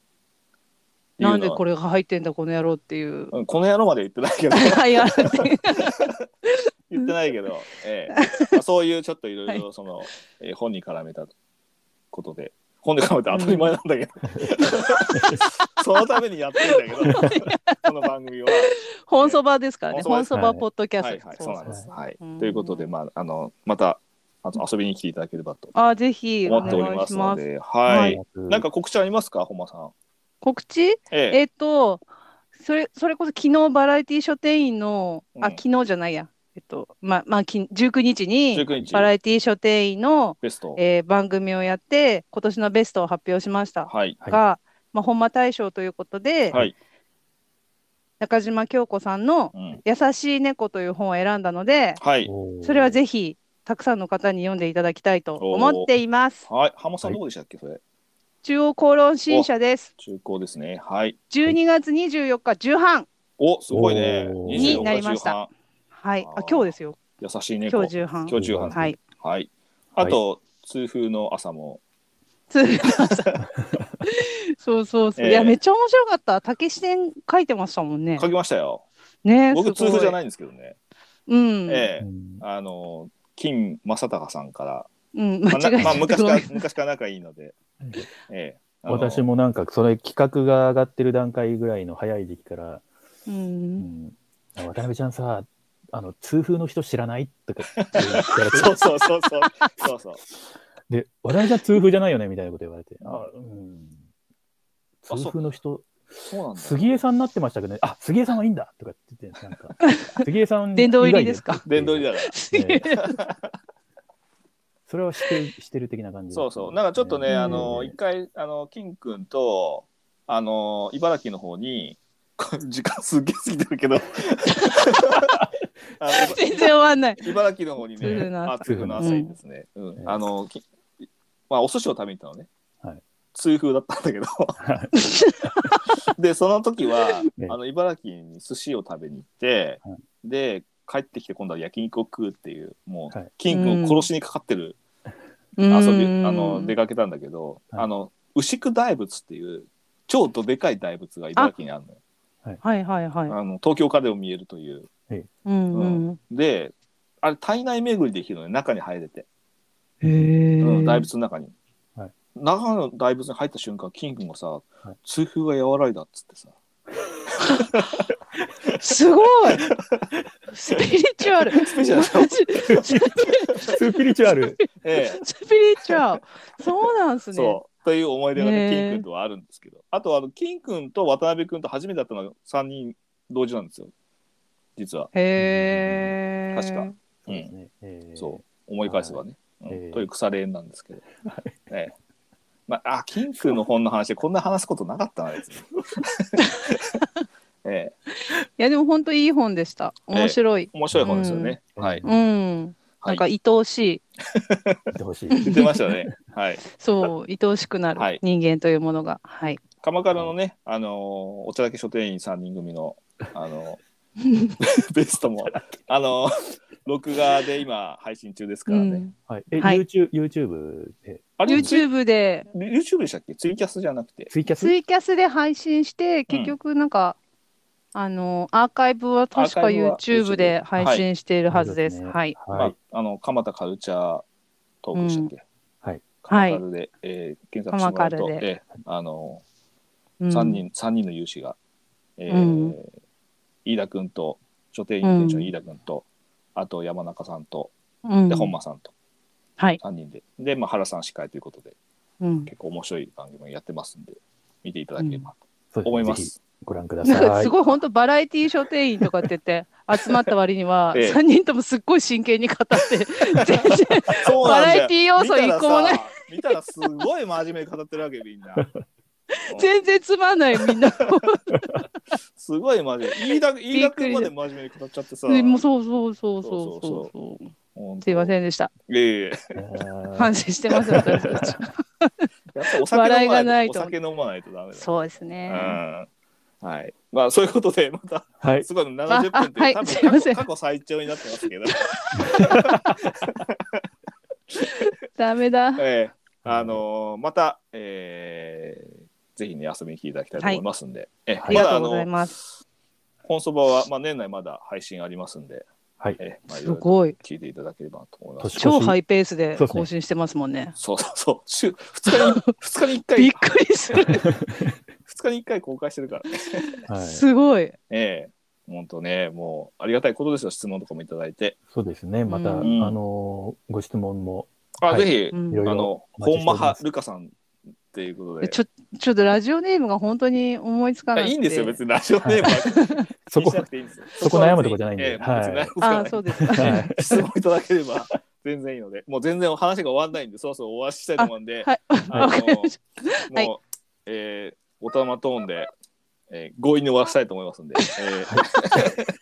C: なんでこ
A: れ
C: れが入ってんだこの野郎っていう。
A: この野郎まで言ってないけど
C: はいやって
A: 言ってないけど、ええまあ、そういうちょっといろいろその、えー本に絡めたことで本で絡めたら当たり前なんだけど、 そのためにやってるんだけどこの番組は。
C: 本そばですからね。
A: 本
C: 本
A: そ
C: そ
B: ばです
C: ばポッドキャ
A: は
C: ス
A: い
C: ト
A: はい。
C: そ
A: そう
C: う
A: な
C: そ
A: ん
C: う。
A: です。はい
C: うん。
A: ということで、まあ、あの、また、あの遊びに来ていただければと
C: あーぜひお
A: 思っており
C: 願い
A: ま
C: し
A: すの
C: ます。
A: で、はい。なん
B: か、
A: か告知ありますか、本間さん。
C: 告知？
A: ええ。
C: えっとそれそれこそ昨日バラエティ書店員の
A: う
C: あ
A: ん
C: 昨日じゃないや。えっとまあまあき19日に
A: 19日
C: バラエティ書店員の
A: ベスト。
C: えー番組をやって今年のベストを発表しました
A: はい。
B: はい
C: が、まあ本間大賞ということで
A: はい。
C: 中島京子さんの
A: うん
C: 優しい猫という本を選んだので、
A: はい。
C: それはぜひたくさんの方に読んでいただきたいと思っています。
A: はい。浜間さんどうでしたっけ、それ。
C: 中央公論新社です。
A: 中高ですね。はい。
C: 12月24日重版。
A: お、すごいね。
B: おー
A: 24
C: になりました
A: 中半。
C: はい。
A: あ
C: あ
A: ー
C: 今日ですよ。
A: 優しい
C: 今
A: 猫
C: 日。重版。
A: 今日中半。
C: はい。
A: はい。あと、痛風の朝も。
C: つそうそうそう。い
A: え
C: や
A: ー
C: めっちゃ面白かった。竹視点書いてましたもんね
A: 書。きましたよ。
C: ね。
A: 僕、痛風じゃないいんですけどね。
C: うん。
A: え
B: う
A: え。
B: ん
A: あの、金正隆さんから。
C: うん
A: まあ
C: 間違
A: な
C: え
A: まあ、
C: た。
A: 昔か
C: ご
A: ら
C: めん、
A: 昔から仲いいので。ええ。あの
B: 私もなんか、それ企画が上がってる段階ぐらいの早い時期から、
C: う。
B: うん ん、渡辺ちゃんさ、あの、痛風の人知らないとかって言われて、
A: そうそうそうそう。そうそう。
B: で、渡辺ちゃん痛風じゃないよねみたいなこと言われて、あうん、
A: あそう
B: 痛風の人、
A: そうなんだ。
B: 杉江さんになってましたけどね、あ杉江さんはいいんだとかって言って、な んか、杉江さん以外
C: 殿堂入りですか
A: 殿堂入り
B: だ。
A: だから。
B: ええそれはしてるしてる的な感じ、
A: そうそう。なんかちょっとね、
C: うん
A: あの一回あの金くんとあの茨城の方に こ時間すっげえ過ぎてるけど。あの
C: 全然終わんない。
A: 茨城の方に
C: 痛風
A: ね、
C: の朝
A: あ痛風の朝にですね。うん
B: うん
A: あのきまあお寿司を食べに行ったのね。
B: はい
A: 痛風だったんだけど。でその時は、
B: ね
A: あの茨城に寿司を食べに行って、
B: は
A: で帰ってきて今度は焼肉を食うっていうもう、
B: はい
A: キングを殺しにかかってる
C: 遊
A: 遊び、あの出かけたんだけど、
B: はい
A: あの牛久大仏っていう超どでかい大仏が茨城にあるのよ
C: はいはいはい。
A: あの東京からでも見えるという
C: うんうん。
A: であれ体内巡りできるのね中に入れて、
C: へえ。
A: うん、大仏の中に、
B: はい
A: 中の大仏に入った瞬間キングがさ、
B: い
A: 痛風が和らいだっつってさ
C: す ごい。スピリチュアル。
A: スペシャルだよ
C: マジス
B: スピリチュアル。
A: え え
C: ピリチュアル。そうなんすね。
A: そうという思い出が
C: ねえ
A: ね、キン君とはあるんですけどあとあの金君と渡辺君と初めて会ったのが3人同時なんですよ実は
C: へえ。
A: 確か。
B: そうですね。えー
A: そう思い返せばね、
B: い
A: うん
B: ええ
A: という腐れ縁なんですけど、ええまあ、あ金君の本の話でこんな話すことなかったなです、 ええ、
C: いやでも本当いい本でした。面白い。
A: 面白い本ですよね、
B: うん
A: はい、
B: え
C: うん。なんか
A: はい、
C: 愛おしい。
B: 言ってほし い。
A: 言ってましたねはい
C: そう、愛おしくな
A: はい
C: る人間というものが。はい。
A: 鎌倉のね、あのーお茶だけ書店員3人組の、あのー ベストも、あのー録画で今配信中ですからね。
C: うん
B: はい。え、
C: はい
B: YouTube、YouTube で、
A: あれ
C: YouTube で
A: YouTube でしたっけツイキャスじゃなくて。
B: ツイキャス
C: ツイキャスで配信して結局なんか、あのアーカイブは確か
A: アーカイブは
C: YouTube で配信しているはずです。
B: ね
C: はい。
B: はい。
A: まあ、あの、蒲田カルチャートークでしたっけ、
B: うんはい。
A: 蒲田カルで、えー検索してもらうと
C: 鎌、カ
A: えーあの
C: う
A: ー、
C: ん
A: 3人、三人の有志が、えー
C: うん
A: 飯田君と、書店員店長の飯田君と、あと山中さんと、
C: うん
A: で、本間さんと、
C: はい。
A: 3人で。で、まあ、原さん司会ということで。
C: うん、
A: 結構面白い番組をやってますんで、見ていただければと
B: そうでね
A: 思いま。
B: ぜひ
A: す。
B: ご覧くだ
C: なん
B: さ
C: か
B: い。
C: すごい本当バラエティ書店員とかって言って集まった割には
A: ええ
C: 3人ともすっごい真剣に語って全然
A: そうなんだ
C: バ
A: よ
C: ラエティ要素一個もない。
A: 見たらさ見たらすごい真面目に語ってるわけみ んな。
C: 全然つまんないみんな
A: すごい真面目。飯田飯田君まで
C: びっくりし
A: 真面目に語っちゃってさ。
C: もうそうそうそうそう
A: そうそ
C: そう
A: う
C: そう
A: ほと
C: すいませんでした
A: いえいえ
B: は
C: 反省してます私たち
A: やっぱお酒飲
C: 笑い
A: ま
C: が
A: な
C: ないい
A: と
C: と
A: お酒飲まないとダメだ。
C: そうです
A: う
C: ね、
A: ん。はい。まあそういうことでまた
B: はい。
A: すごい70分って
C: あは
A: いう
C: い
A: 多
C: すいま
A: 分過
C: せ
A: 去
C: ん
A: 過去最長になってますけど。
C: ダメだ
A: ええあのーまた、えーぜひね遊びに来ていただきたいと思いますんで、ええ
C: ありがとう
A: の
C: ございます、
A: 本そばは、まあ、年内まだ配信ありますんで、
B: はい
A: えーまあ、い
C: す
A: ろいろ
C: ごい
A: 聞いていただければと思います。
B: 少
C: 超
B: し
C: ハイペースで
B: そうですね
C: 更新してますもんね。
A: そうそうそう、週2日に二日に1
C: びっ
A: 回、
C: くりする。
A: 二日に一回公開してるからね。
B: はい。
C: すごい。
A: ええ本当ね、もうありがたいことですよ、質問とかもいただいて。
B: そうですね。また、あ
A: うん
B: のー、ご質問も
A: あ、
B: はい
A: ぜ
C: う
A: ひ、
C: ん
B: いろいろ
A: あの、
B: お待
A: 本
B: ちしており
A: 間
B: ます
A: 派ルカさんっていうことで。
C: ちょちょっとラジオネームが本当に思いつか
A: あ
C: ない。
A: いいんですよ、別にラジオネームは気
B: そ
A: に
B: こ
A: しな、くていいんですよ。
B: そこ悩むとこじゃないんで
A: ええもう別に悩むとこじゃない
C: ああ、そうです。
B: は
A: 質問いただければ全然いいので、もう全然お話が終わらないんで、そろそろ終わりしたいと思うんで、
C: あはい
A: あの
C: わかりまし
A: もう、えー、おたまトーンで、えー、強引に終わらせたいと思いますんで、えー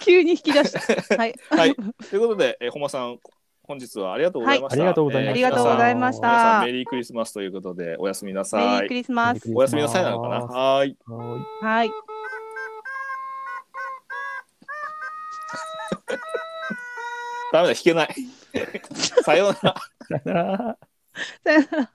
C: 急に引き出した。はい。
A: はい、ということで、えー、本間さん、本日はありがとうございま
B: あ
A: し
B: り
A: た。
B: がとうございました。
C: ありがとうございました
A: 皆さん皆さんメリークリスマスということで、おやすみな
C: メリ
A: さ
C: ーク
A: い。
C: リスマス。
A: おやすみなさいなのかな。はーい。
B: はい。
C: はい。
A: ダメだ、弾けない。さようなら。
B: さよなら。
C: さよなら